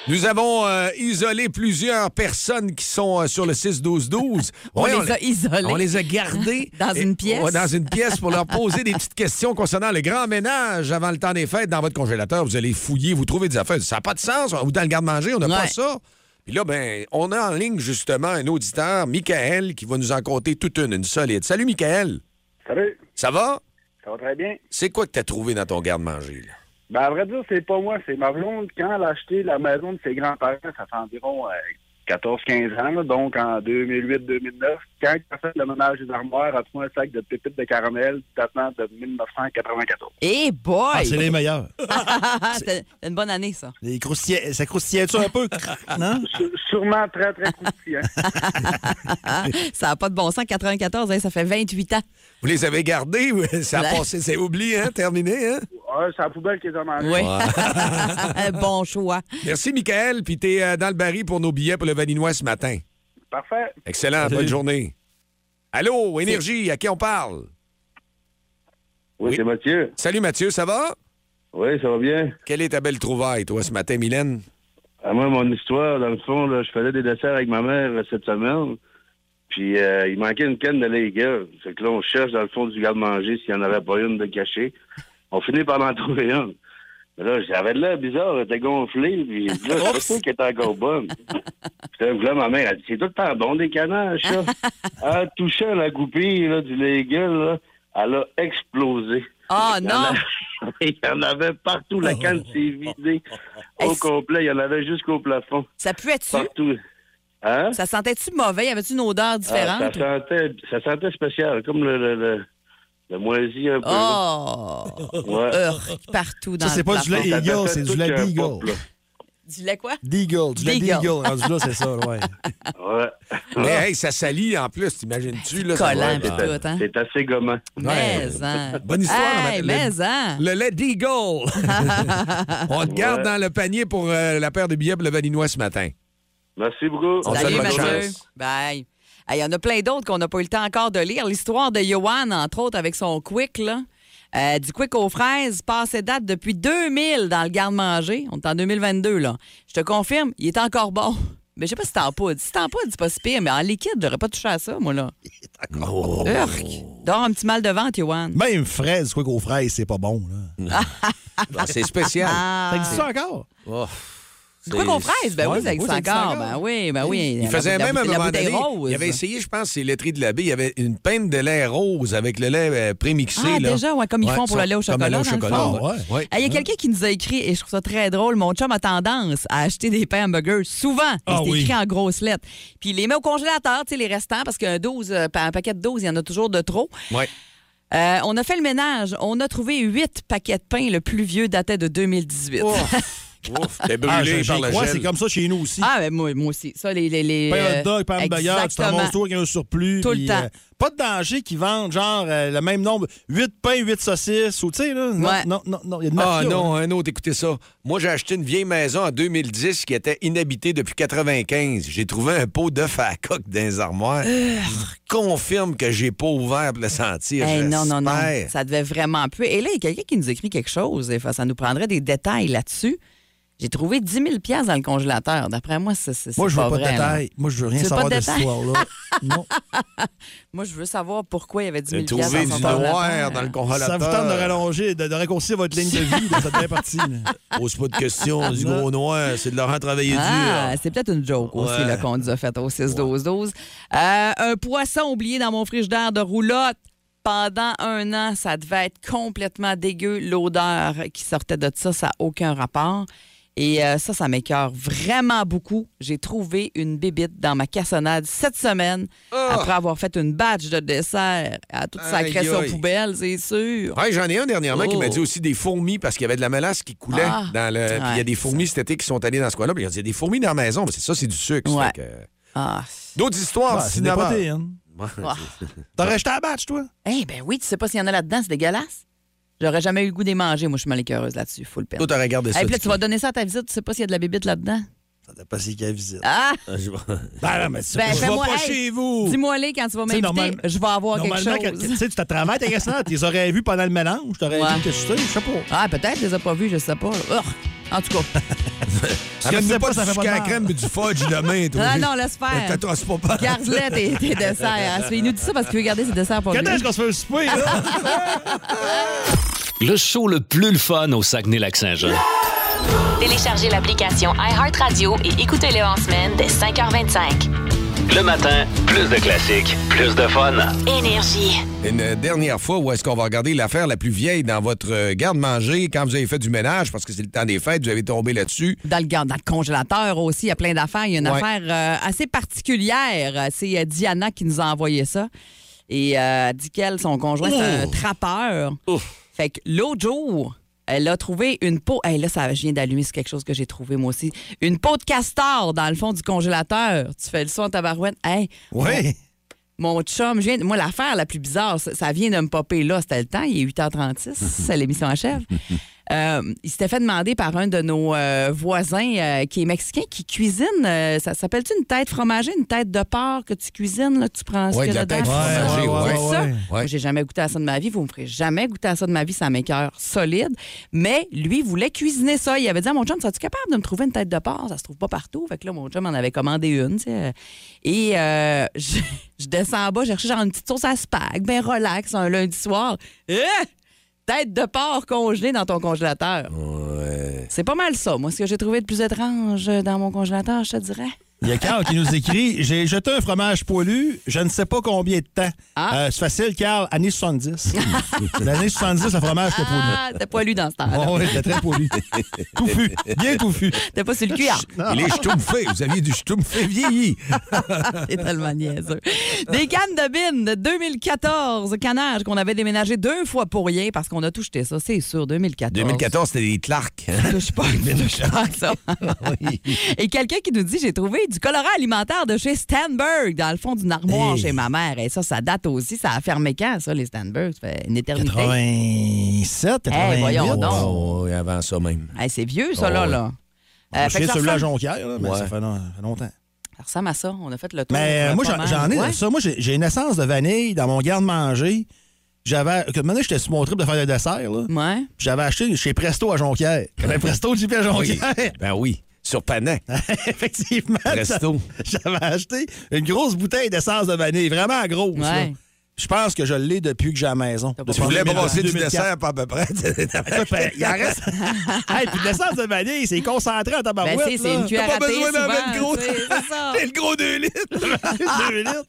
Speaker 3: Nous avons euh, isolé plusieurs personnes qui sont euh, sur le 6-12-12.
Speaker 4: On
Speaker 3: Ouais,
Speaker 4: les a isolés.
Speaker 3: On les a gardés.
Speaker 4: Dans
Speaker 3: Et-
Speaker 4: une pièce.
Speaker 3: Ouais, dans une pièce pour leur poser des petites questions concernant le grand ménage avant le temps des fêtes. Dans votre congélateur, vous allez fouiller, vous trouvez des affaires. Ça n'a pas de sens. Ou dans le garde-manger, on n'a pas
Speaker 4: Ouais.
Speaker 3: ça. Puis là, ben, on a en ligne justement un auditeur, Michael, qui va nous en compter toute une, une solide. Salut, Michael.
Speaker 13: Salut.
Speaker 3: Ça va?
Speaker 13: Ça va très bien.
Speaker 3: C'est quoi que t'as trouvé dans ton garde-manger? là?
Speaker 13: Ben, à vrai dire, c'est pas moi, c'est ma blonde. Quand elle a acheté la maison de ses grands-parents, ça fait environ euh, 14-15 ans, là, donc en 2008-2009, quand elle a fait le ménage des armoires, elle a trouvé un sac de pépites de caramel datant de 1994.
Speaker 4: Eh boy!
Speaker 5: Ah, c'est les meilleurs.
Speaker 4: C'était une bonne année, ça.
Speaker 5: Les croustillait, ça croustillait-tu un peu? non?
Speaker 13: Sûrement très, très croustillant.
Speaker 4: ça n'a pas de bon sens. 94, hein, ça fait 28 ans.
Speaker 3: Vous les avez gardés? ou Ça a
Speaker 4: La-
Speaker 3: passé, c'est oublié, hein? Terminé, hein?
Speaker 13: Ah, c'est la poubelle qu'ils ont mangé.
Speaker 4: Oui.
Speaker 3: Ouais.
Speaker 4: Un bon choix.
Speaker 3: Merci, Michael. Puis t'es euh, dans le baril pour nos billets pour le Vaninois ce matin.
Speaker 13: Parfait.
Speaker 3: Excellent. Bonne journée. Allô, Énergie, à qui on parle?
Speaker 14: Oui, c'est Mathieu.
Speaker 3: Salut, Mathieu, ça va?
Speaker 14: Oui, ça va bien.
Speaker 3: Quelle est ta belle trouvaille, toi, ce matin, Mylène?
Speaker 14: À moi, mon histoire, dans le fond, là, je faisais des desserts avec ma mère euh, cette semaine. Puis euh, il manquait une canne de Lager. Fait que là, on cherche dans le fond du garde-manger s'il n'y en avait pas une de cachée. On finit par en trouver une. Mais là, j'avais de l'air bizarre, elle était gonflée. Puis j'ai dit, là, je sais pas qu'elle était encore bonne. Puis là, ma mère, elle dit, c'est tout le temps bon des canaches, ça. En touchant la goupille là, du Lager, là, elle a explosé.
Speaker 4: Ah,
Speaker 14: Il y en
Speaker 4: non!
Speaker 14: a- Il y en avait partout, la canne s'est vidée au complet, il y en avait jusqu'au plafond.
Speaker 4: Ça puait-tu?
Speaker 14: Partout. Hein?
Speaker 4: Ça sentait-tu mauvais? Y avait-tu une odeur différente?
Speaker 14: Ah, ça, sentait, ça sentait spécial, comme le, le, le, le moisi un peu.
Speaker 4: Oh!
Speaker 14: Ouais.
Speaker 4: Urgh, partout dans
Speaker 5: Ça, c'est
Speaker 4: le
Speaker 5: pas du lait
Speaker 4: plafond.
Speaker 5: Eagle, c'est du lait
Speaker 14: tout un
Speaker 5: Deagle.
Speaker 4: Du lait quoi?
Speaker 5: Deagle, du lait
Speaker 4: Deagle.
Speaker 5: Deagle. Rendu là, c'est ça, ouais.
Speaker 3: Mais hey, ça salit en plus, t'imagines-tu? là, ça
Speaker 4: Ah. Ben, collant
Speaker 3: doit être- euh,
Speaker 4: pis tout, hein?
Speaker 14: C'est assez gommant.
Speaker 4: Mais, hein.
Speaker 3: Bonne histoire.
Speaker 4: Hey,
Speaker 3: le-
Speaker 4: mais, hein.
Speaker 3: Le lait d'Eagle. On te garde
Speaker 14: Ouais.
Speaker 3: dans le panier pour euh, la paire de billets pour le Vaninois ce matin.
Speaker 14: Merci beaucoup.
Speaker 3: On te souhaite
Speaker 4: Salut,
Speaker 3: bonne
Speaker 4: Mathieu.
Speaker 3: chance.
Speaker 4: Bye. Hey, Il y en a plein d'autres qu'on n'a pas eu le temps encore de lire. L'histoire de Johan, entre autres, avec son quick, là. Euh, du quick aux fraises, passé date depuis 2000 dans le garde-manger. On est en 2022, là. Je te confirme, il est encore bon. Mais je sais pas si c'est en poudre. Si c'est en poudre, c'est pas si pire, mais en liquide, j'aurais pas touché à ça, moi, là. Urk. Dors un petit mal de ventre, Johan.
Speaker 5: Même fraise, quoi qu'aux fraises, c'est pas bon. Là.
Speaker 3: Ah, c'est spécial.
Speaker 4: Ah.
Speaker 5: Ça existe ça encore?
Speaker 3: Oh,
Speaker 4: Du quick aux fraises, ben oui,
Speaker 5: Ouais,
Speaker 4: ça existe
Speaker 5: oui, ça existe
Speaker 4: encore.
Speaker 5: encore.
Speaker 4: Ben oui, ben oui.
Speaker 3: Il
Speaker 4: La
Speaker 3: faisait
Speaker 4: bou- la
Speaker 3: même à un
Speaker 4: bou- la
Speaker 3: moment
Speaker 4: bouteille
Speaker 3: donné.
Speaker 4: rose. Ah,
Speaker 3: Il avait essayé, je pense, c'est laiterie de l'abbé. Il y avait une peine de lait rose avec le lait euh, prémixé.
Speaker 4: Ah,
Speaker 3: là.
Speaker 4: déjà, ouais, comme ils font pour
Speaker 3: ça-
Speaker 4: le lait au
Speaker 3: comme le
Speaker 4: chocolat,
Speaker 3: lait au
Speaker 4: dans le
Speaker 3: chocolat, Ah,
Speaker 4: fond.
Speaker 3: ouais.
Speaker 4: Hey, Ah, Il y a quelqu'un qui nous a écrit, et je trouve ça très drôle, mon chum a tendance à acheter des pains hamburgers souvent. Et
Speaker 15: Ah
Speaker 4: c'est
Speaker 15: oui.
Speaker 4: écrit en grosses lettres. Puis il les met au congélateur, tu sais, les restants, parce qu'un 12, euh, pa- un paquet de 12, il y en a toujours de trop.
Speaker 3: Ouais.
Speaker 4: Euh, on a fait le ménage. On a trouvé huit paquets de pain. Le plus vieux datait de 2018.
Speaker 5: Oh.
Speaker 3: Ouf, t'es
Speaker 5: Ah,
Speaker 3: brûlé
Speaker 5: j'ai-
Speaker 3: par
Speaker 5: j'ai
Speaker 3: le
Speaker 5: crois,
Speaker 3: gel.
Speaker 5: c'est comme ça chez nous aussi.
Speaker 4: Ah, ben moi, moi aussi. Ça, les. les, les
Speaker 5: Pain
Speaker 4: euh,
Speaker 5: hot dog, pain de bagarre, tu te
Speaker 4: exactement.
Speaker 5: ramasses toi avec un surplus.
Speaker 4: Tout le
Speaker 5: puis, euh,
Speaker 4: temps.
Speaker 5: pas de danger qu'ils vendent genre euh, le même nombre, 8 pains, 8 saucisses, ou tu sais, là. Non, non, non, non, il y a de
Speaker 3: Ah
Speaker 5: mafia,
Speaker 3: non,
Speaker 5: hein.
Speaker 3: un autre, écoutez ça. Moi, j'ai acheté une vieille maison en 2010 qui était inhabitée depuis 95. J'ai trouvé un pot d'œuf à la coque dans les armoires. Je confirme que j'ai pas ouvert pour le sentir.
Speaker 4: Hey, Eh, non, non, non.
Speaker 3: j'espère.
Speaker 4: Ça devait vraiment puer. Et là, il y a quelqu'un qui nous écrit quelque chose. Enfin, ça nous prendrait des détails là-dessus. J'ai trouvé 10 000 piastres dans le congélateur. D'après moi, c'est c'est-
Speaker 5: Moi,
Speaker 4: c'est
Speaker 5: je veux pas, de
Speaker 4: vrai, là.
Speaker 5: détails. Moi, je veux rien
Speaker 4: Tu veux pas
Speaker 5: savoir
Speaker 4: de
Speaker 5: de cette
Speaker 4: détails?
Speaker 5: histoire-là. non.
Speaker 4: Moi, je veux savoir pourquoi il y avait 10
Speaker 5: J'ai
Speaker 4: 000 piastres dans son congélateur.
Speaker 5: Ça vous tente de rallonger, de, de raccourcir votre ligne de vie de cette bien partie.
Speaker 3: Pose pas de questions, du gros noir, c'est de Laurent travailler
Speaker 4: Ah,
Speaker 3: dur.
Speaker 4: c'est peut-être une joke aussi
Speaker 3: Ouais.
Speaker 4: là, qu'on nous a faite au 6-12-12. Euh, un poisson oublié dans mon frigidaire de roulotte. Pendant un an, ça devait être complètement dégueu. L'odeur qui sortait de ça, ça n'a aucun rapport. Et euh, ça, ça m'écœure vraiment beaucoup. J'ai trouvé une bibite dans ma cassonade cette semaine après avoir fait une batch de dessert à toute sa
Speaker 3: Ah! Aïe,
Speaker 4: création
Speaker 3: aïe.
Speaker 4: poubelle, c'est sûr.
Speaker 3: Ouais, J'en ai un dernièrement qui
Speaker 4: Oh.
Speaker 3: m'a dit aussi des fourmis parce qu'il y avait de la mélasse qui coulait
Speaker 4: Ah.
Speaker 3: dans le. Puis il y a des fourmis cet été qui sont allées dans ce coin-là. Puis il a dit, il y a des fourmis dans la maison. Parce que ça, c'est du sucre. Fait que- D'autres histoires,
Speaker 5: Ouais, Ah, c'est des hein.
Speaker 3: cinéma.
Speaker 5: protéines.
Speaker 3: Ouais,
Speaker 4: Ah.
Speaker 3: c'est-
Speaker 5: T'as racheté la batch, toi?
Speaker 4: Eh ben oui, tu sais pas s'il y en a là-dedans, c'est dégueulasse. J'aurais jamais eu le goût d'y manger. Moi, je suis mal écœureuse là-dessus. Faut le perdre.
Speaker 3: Toi, t'as regardé ça,
Speaker 4: Et puis là,
Speaker 3: tu
Speaker 4: tu vas donner ça à ta visite. Tu sais pas s'il y a de la bibite là-dedans.
Speaker 5: T'as passé qu'à visite.
Speaker 4: Ah!
Speaker 5: Je vais- Ben non, mais tu- je vais
Speaker 4: fais-moi-
Speaker 5: pas
Speaker 4: hey,
Speaker 5: chez vous.
Speaker 4: Dis-moi-les quand tu vas
Speaker 5: Tu sais, normal-
Speaker 4: m'inviter. Je vais avoir quelque
Speaker 5: normalement, que-
Speaker 4: chose.
Speaker 5: Tu sais, tu te travailles ta cassonade, tu les aurais vus pendant le mélange, tu aurais vu que je sais, je sais pas.
Speaker 4: Ah, peut-être, je les ai pas vus, je sais pas. là. Urgh! En tout cas.
Speaker 5: que tu
Speaker 8: Amène-nous
Speaker 5: sais
Speaker 8: pas
Speaker 5: pas, ça
Speaker 8: du
Speaker 5: fait
Speaker 8: sucre
Speaker 5: pas
Speaker 8: à la
Speaker 5: de mal.
Speaker 8: crème mais du fudge demain, toi.
Speaker 4: Ah non, laisse faire.
Speaker 8: Ne t'atroce pas pas.
Speaker 4: Garde-les tes, tes desserts. Il nous dit ça parce qu'il veut garder ses desserts pour lui.
Speaker 5: Quand est-ce qu'on se fait un souper, là?
Speaker 2: Le show le plus le fun au Saguenay-Lac-Saint-Jean.
Speaker 1: Téléchargez l'application iHeartRadio et écoutez-le en semaine dès 5h25.
Speaker 2: Le matin, plus de classiques, plus de fun.
Speaker 1: Énergie.
Speaker 3: Une dernière fois où est-ce qu'on va regarder l'affaire la plus vieille dans votre euh, garde-manger quand vous avez fait du ménage parce que c'est le temps des fêtes, vous avez tombé là-dessus.
Speaker 4: Dans le, gar- dans le congélateur aussi, il y a plein d'affaires. Il y a une
Speaker 3: Ouais.
Speaker 4: affaire euh, assez particulière. C'est euh, Diana qui nous a envoyé ça. Et euh, elle dit qu'elle, son conjoint, c'est un
Speaker 15: Ouh.
Speaker 4: trappeur. Fait que l'autre jour, elle a trouvé une peau. Hey, là, ça, je viens d'allumer, c'est quelque chose que j'ai trouvé moi aussi. Une peau de castor dans le fond du congélateur. Tu fais le son en tabarouette. Hey,
Speaker 5: Ouais.
Speaker 4: Mon chum, je viens de- moi, l'affaire la plus bizarre, ça, ça vient de me popper là, c'était le temps, il est 8h36, c'est l'émission achève. Euh, il s'était fait demander par un de nos euh, voisins euh, qui est mexicain, qui cuisine, euh, ça s'appelle-tu une tête fromagée, une tête de porc que tu cuisines, là, que tu prends ce
Speaker 3: Ouais,
Speaker 4: qu'il
Speaker 3: de
Speaker 4: y a
Speaker 3: la tête
Speaker 4: dedans? C'est
Speaker 3: fromagée, ouais,
Speaker 4: ça?
Speaker 3: ouais.
Speaker 4: Moi, J'ai jamais goûté à ça de ma vie, vous me ferez jamais goûter à ça de ma vie, ça m'écœure solide. Mais lui, il voulait cuisiner ça. Il avait dit à mon chum, serais-tu capable de me trouver une tête de porc? Ça se trouve pas partout. Fait que là, mon chum en avait commandé une, tu sais. Et euh, je, je descends en bas, j'ai cherché genre une petite sauce à spag, ben relax, un lundi soir. Eh! Tête de porc congelée dans ton congélateur. C'est pas mal ça, moi, ce que j'ai trouvé de plus étrange dans mon congélateur, je te dirais.
Speaker 5: Il y a Carl qui nous écrit J'ai jeté un fromage poilu, je ne sais pas combien de temps.
Speaker 4: Ah.
Speaker 5: Euh, c'est facile, Carl, années 70. L'année 70, le fromage était poilu.
Speaker 4: Ah, t'as pas lu dans ce temps-là.
Speaker 5: Oh, oui, c'était très poilu. touffu, bien touffu.
Speaker 4: T'as pas sur le cuir.
Speaker 5: Il est
Speaker 3: schtroumpfé, vous aviez du schtroumpfé vieilli.
Speaker 4: C'est tellement niaiseux. Des cannes de bine de 2014, canage qu'on avait déménagé deux fois pour rien parce qu'on a tout jeté ça, c'est sûr, 2014.
Speaker 3: 2014, c'était des Clark.
Speaker 4: Touche pas, touche pas à ça. Et quelqu'un qui nous dit j'ai trouvé du colorant alimentaire de chez Stanberg dans le fond d'une armoire chez ma mère. Et ça, ça date aussi. Ça a fermé quand, ça, les Stanberg? Ça fait une éternité.
Speaker 5: 87, 88.
Speaker 4: Eh, voyons donc.
Speaker 3: Oh, ouais, avant ça même.
Speaker 4: Eh, c'est vieux, ça,
Speaker 3: Oh,
Speaker 4: là.
Speaker 3: ouais.
Speaker 4: là.
Speaker 5: Je
Speaker 4: Euh, fait que
Speaker 5: suis
Speaker 4: ça
Speaker 5: celui-là à
Speaker 4: ressemble-
Speaker 5: Jonquière, là, mais
Speaker 3: Ouais.
Speaker 5: ça fait non- ça fait longtemps.
Speaker 4: Ça ressemble à ça. On a fait le tour.
Speaker 5: Mais euh,
Speaker 4: euh,
Speaker 5: moi,
Speaker 4: pas
Speaker 5: j'en
Speaker 4: mal.
Speaker 5: j'en ai de
Speaker 4: Ouais.
Speaker 5: ça. Moi, j'ai j'ai une essence de vanille dans mon garde-manger. J'avais. Que maintenant, j'étais sur mon trip de faire le dessert, là.
Speaker 4: Ouais.
Speaker 5: J'avais acheté chez Presto à Jonquière. J'avais Presto JP à Jonquière.
Speaker 3: Ben oui, sur Panet.
Speaker 5: Effectivement.
Speaker 3: Presto.
Speaker 5: J'avais acheté une grosse bouteille d'essence de vanille, vraiment grosse. là.
Speaker 4: Ouais.
Speaker 5: Je pense que je l'ai depuis que j'ai à la maison.
Speaker 3: Tu voulais brasser du dessert,
Speaker 5: pas
Speaker 3: pas à peu près.
Speaker 5: Ben, Il en reste. hey, puis de l'essence de vanille, c'est concentré en tabarouette.
Speaker 4: Ben, c'est- c'est
Speaker 5: là.
Speaker 4: une cuillère
Speaker 5: T'as
Speaker 4: à
Speaker 5: pas
Speaker 4: thé
Speaker 5: besoin d'en mettre
Speaker 4: souvent,
Speaker 5: gros.
Speaker 4: tu sais, c'est ça.
Speaker 5: le gros 2 litres. 2 litres.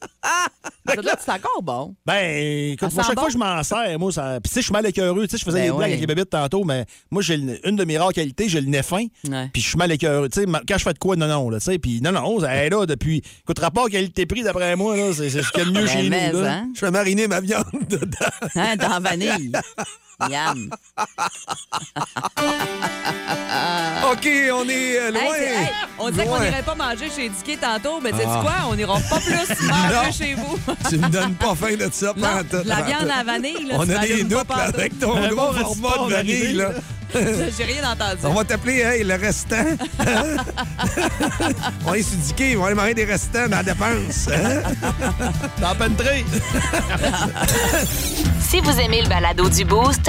Speaker 4: Ça, là, c'est encore bon.
Speaker 5: Ben, écoute,
Speaker 4: Ça
Speaker 5: moi,
Speaker 4: sent
Speaker 5: chaque
Speaker 4: bon?
Speaker 5: fois que je m'en sers, moi, ça. Puis, tu sais, je suis mal écœureux. Tu sais, je faisais
Speaker 4: Ben
Speaker 5: des blagues
Speaker 4: ouais.
Speaker 5: avec les bébites tantôt, mais moi, j'ai le- une de mes rares qualités, j'ai le nez fin. Puis, je suis mal écœureux. Tu sais, ma- quand je fais de quoi, non, non, là, tu sais. Puis, non, non, ça, hey, là, depuis. Écoute, rapport qualité-prix, d'après moi, là, c'est c'est ce qu'il y a de mieux
Speaker 4: Ben,
Speaker 5: chez
Speaker 4: mais,
Speaker 5: nous. là.
Speaker 4: hein.
Speaker 5: Je vais mariner ma viande dedans.
Speaker 4: Hein, dans vanille. Yam.
Speaker 3: OK, on est euh, loin.
Speaker 4: Ah. Hey, c'est- hey, on disait qu'on
Speaker 3: Loin.
Speaker 4: n'irait pas manger chez Dicky tantôt, mais sais tu
Speaker 3: Ah.
Speaker 4: quoi? On n'ira pas plus
Speaker 3: Non.
Speaker 4: manger chez vous.
Speaker 3: Tu me donnes pas faim de ça,
Speaker 4: Non,
Speaker 3: pantoute,
Speaker 4: la
Speaker 3: pantoute.
Speaker 4: viande à vanille, là,
Speaker 3: On
Speaker 4: tu
Speaker 3: a des
Speaker 4: m'allumes pas
Speaker 3: doutes là,
Speaker 4: pantoute.
Speaker 3: avec ton
Speaker 4: Un
Speaker 3: gros
Speaker 4: bon
Speaker 3: format
Speaker 4: restaurant
Speaker 3: de vanille.
Speaker 4: d'arrivée.
Speaker 3: Là.
Speaker 4: J'ai rien entendu.
Speaker 3: On va t'appeler, hey, le restant. hein? on est sudiqués, on va aller manger des restants dans la dépense. hein?
Speaker 5: T'en pentré.
Speaker 1: Si vous aimez le balado du Boost,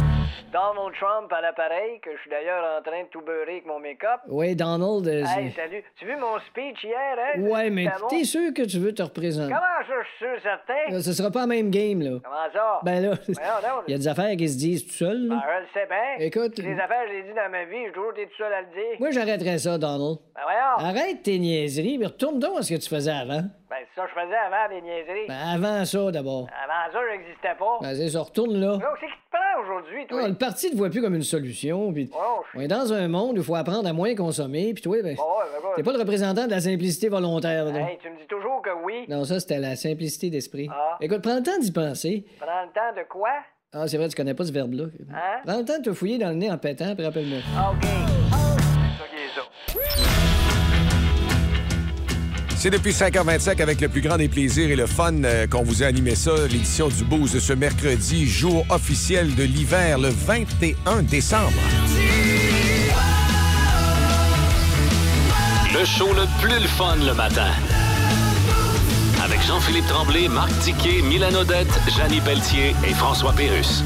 Speaker 12: Donald Trump à l'appareil, que je suis d'ailleurs en train de tout beurrer avec mon make-up.
Speaker 10: Oui, Donald. euh,
Speaker 12: Hey,
Speaker 10: c'est-
Speaker 12: salut. Tu as vu mon speech hier, hein?
Speaker 10: ouais, mais
Speaker 12: C'était bon?
Speaker 10: t'es sûr que tu veux te représenter?
Speaker 12: Comment ça, je suis sûr, certain?
Speaker 10: Là, ce sera pas la même game, là.
Speaker 12: Comment ça?
Speaker 10: Ben là,
Speaker 12: Voyons donc.
Speaker 10: il y a des affaires qui se disent tout seul. là.
Speaker 12: Ben, je le sais bien.
Speaker 10: Écoute-
Speaker 12: Les affaires, je les dis dans ma vie, j'ai toujours été tout seul à le dire.
Speaker 10: Moi, j'arrêterais ça, Donald.
Speaker 12: Ben, voyons.
Speaker 10: Arrête tes niaiseries, mais retourne donc à ce que tu faisais avant.
Speaker 12: Ben, c'est ça, que je faisais avant des niaiseries.
Speaker 10: Ben, avant ça, d'abord.
Speaker 12: Avant ça, je n'existais pas.
Speaker 10: Ben, c'est ça, retourne là.
Speaker 12: Donc, c'est qui te prend aujourd'hui, toi?
Speaker 10: Ah, le parti ne voit plus comme une solution. Puis
Speaker 12: Oh,
Speaker 10: on est dans un monde où il faut apprendre à moins consommer. Puis toi, ben,
Speaker 12: Ah ouais, ben, ben.
Speaker 10: t'es pas le représentant de la simplicité volontaire. là.
Speaker 12: Hey, tu me dis toujours que oui.
Speaker 10: Non, ça, c'était la simplicité d'esprit.
Speaker 12: Ah.
Speaker 10: Écoute, prends le temps d'y penser.
Speaker 12: Prends le temps de quoi?
Speaker 10: Ah, c'est vrai, tu connais pas ce verbe-là.
Speaker 12: Hein?
Speaker 10: Prends le temps de te fouiller dans le nez en pétant, puis rappelle-moi.
Speaker 12: OK.
Speaker 3: C'est depuis 5h25 avec le plus grand des plaisirs et le fun euh, qu'on vous a animé ça, l'édition du Boost de ce mercredi, jour officiel de l'hiver, le 21 décembre.
Speaker 2: Le show le plus le fun le matin. Avec Jean-Philippe Tremblay, Marc Tiquet, Milan Odette, Janine Pelletier et François Pérus.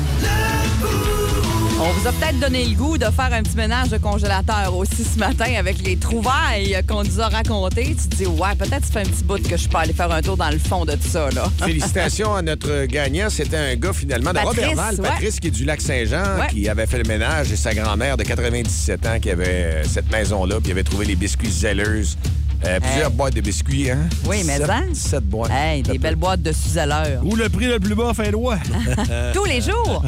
Speaker 4: On vous a peut-être donné le goût de faire un petit ménage de congélateur aussi ce matin avec les trouvailles qu'on nous a racontées. Tu te dis, ouais, peut-être ça fait un petit bout que je peux aller faire un tour dans le fond de tout ça, là.
Speaker 3: Félicitations à notre gagnant. C'était un gars finalement de
Speaker 4: Patrice,
Speaker 3: Roberval,
Speaker 4: ouais.
Speaker 3: Patrice qui est du lac Saint-Jean,
Speaker 4: Ouais.
Speaker 3: qui avait fait le ménage et sa grand-mère de 97 ans qui avait euh, cette maison-là, puis avait trouvé les biscuits zelleuses. Euh, plusieurs boîtes de biscuits, hein?
Speaker 4: Oui, mais
Speaker 3: Sept-
Speaker 4: hein?
Speaker 3: 17 boîtes.
Speaker 4: Hey, des belles boîtes de sous à l'heure.
Speaker 5: Ou le prix le plus bas fin droit.
Speaker 3: Euh,
Speaker 4: Tous les jours.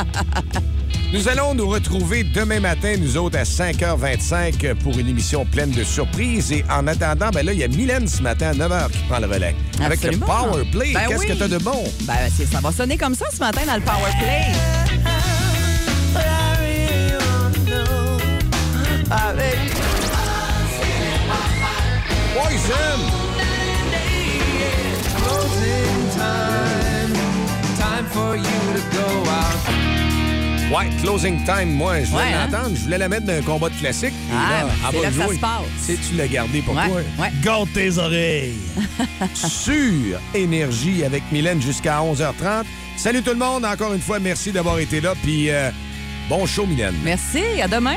Speaker 3: Nous allons nous retrouver demain matin, nous autres, à 5h25 pour une émission pleine de surprises. Et en attendant, ben là, il y a Mylène ce matin à 9h qui prend le relais. Avec le
Speaker 4: Absolument.
Speaker 3: Power Play,
Speaker 4: Ben
Speaker 3: qu'est-ce
Speaker 4: oui.
Speaker 3: que t'as de bon?
Speaker 4: Ben, c'est- ça va sonner comme ça ce matin dans le Power Play.
Speaker 3: Poison! Ouais, Closing Time, moi, je voulais
Speaker 4: Ouais, hein?
Speaker 3: l'entendre. Je voulais la mettre dans un combat de classique. Et
Speaker 4: Ah,
Speaker 3: là,
Speaker 4: ben,
Speaker 3: elle
Speaker 4: c'est
Speaker 3: va
Speaker 4: là que ça
Speaker 3: jouer.
Speaker 4: se passe.
Speaker 3: Tu sais, tu l'as gardé pour
Speaker 4: Ouais,
Speaker 3: toi.
Speaker 5: Garde tes oreilles.
Speaker 3: sur Énergie avec Mylène jusqu'à 11h30. Salut tout le monde. Encore une fois, merci d'avoir été là. Puis euh, bon show, Mylène.
Speaker 4: Merci, à demain.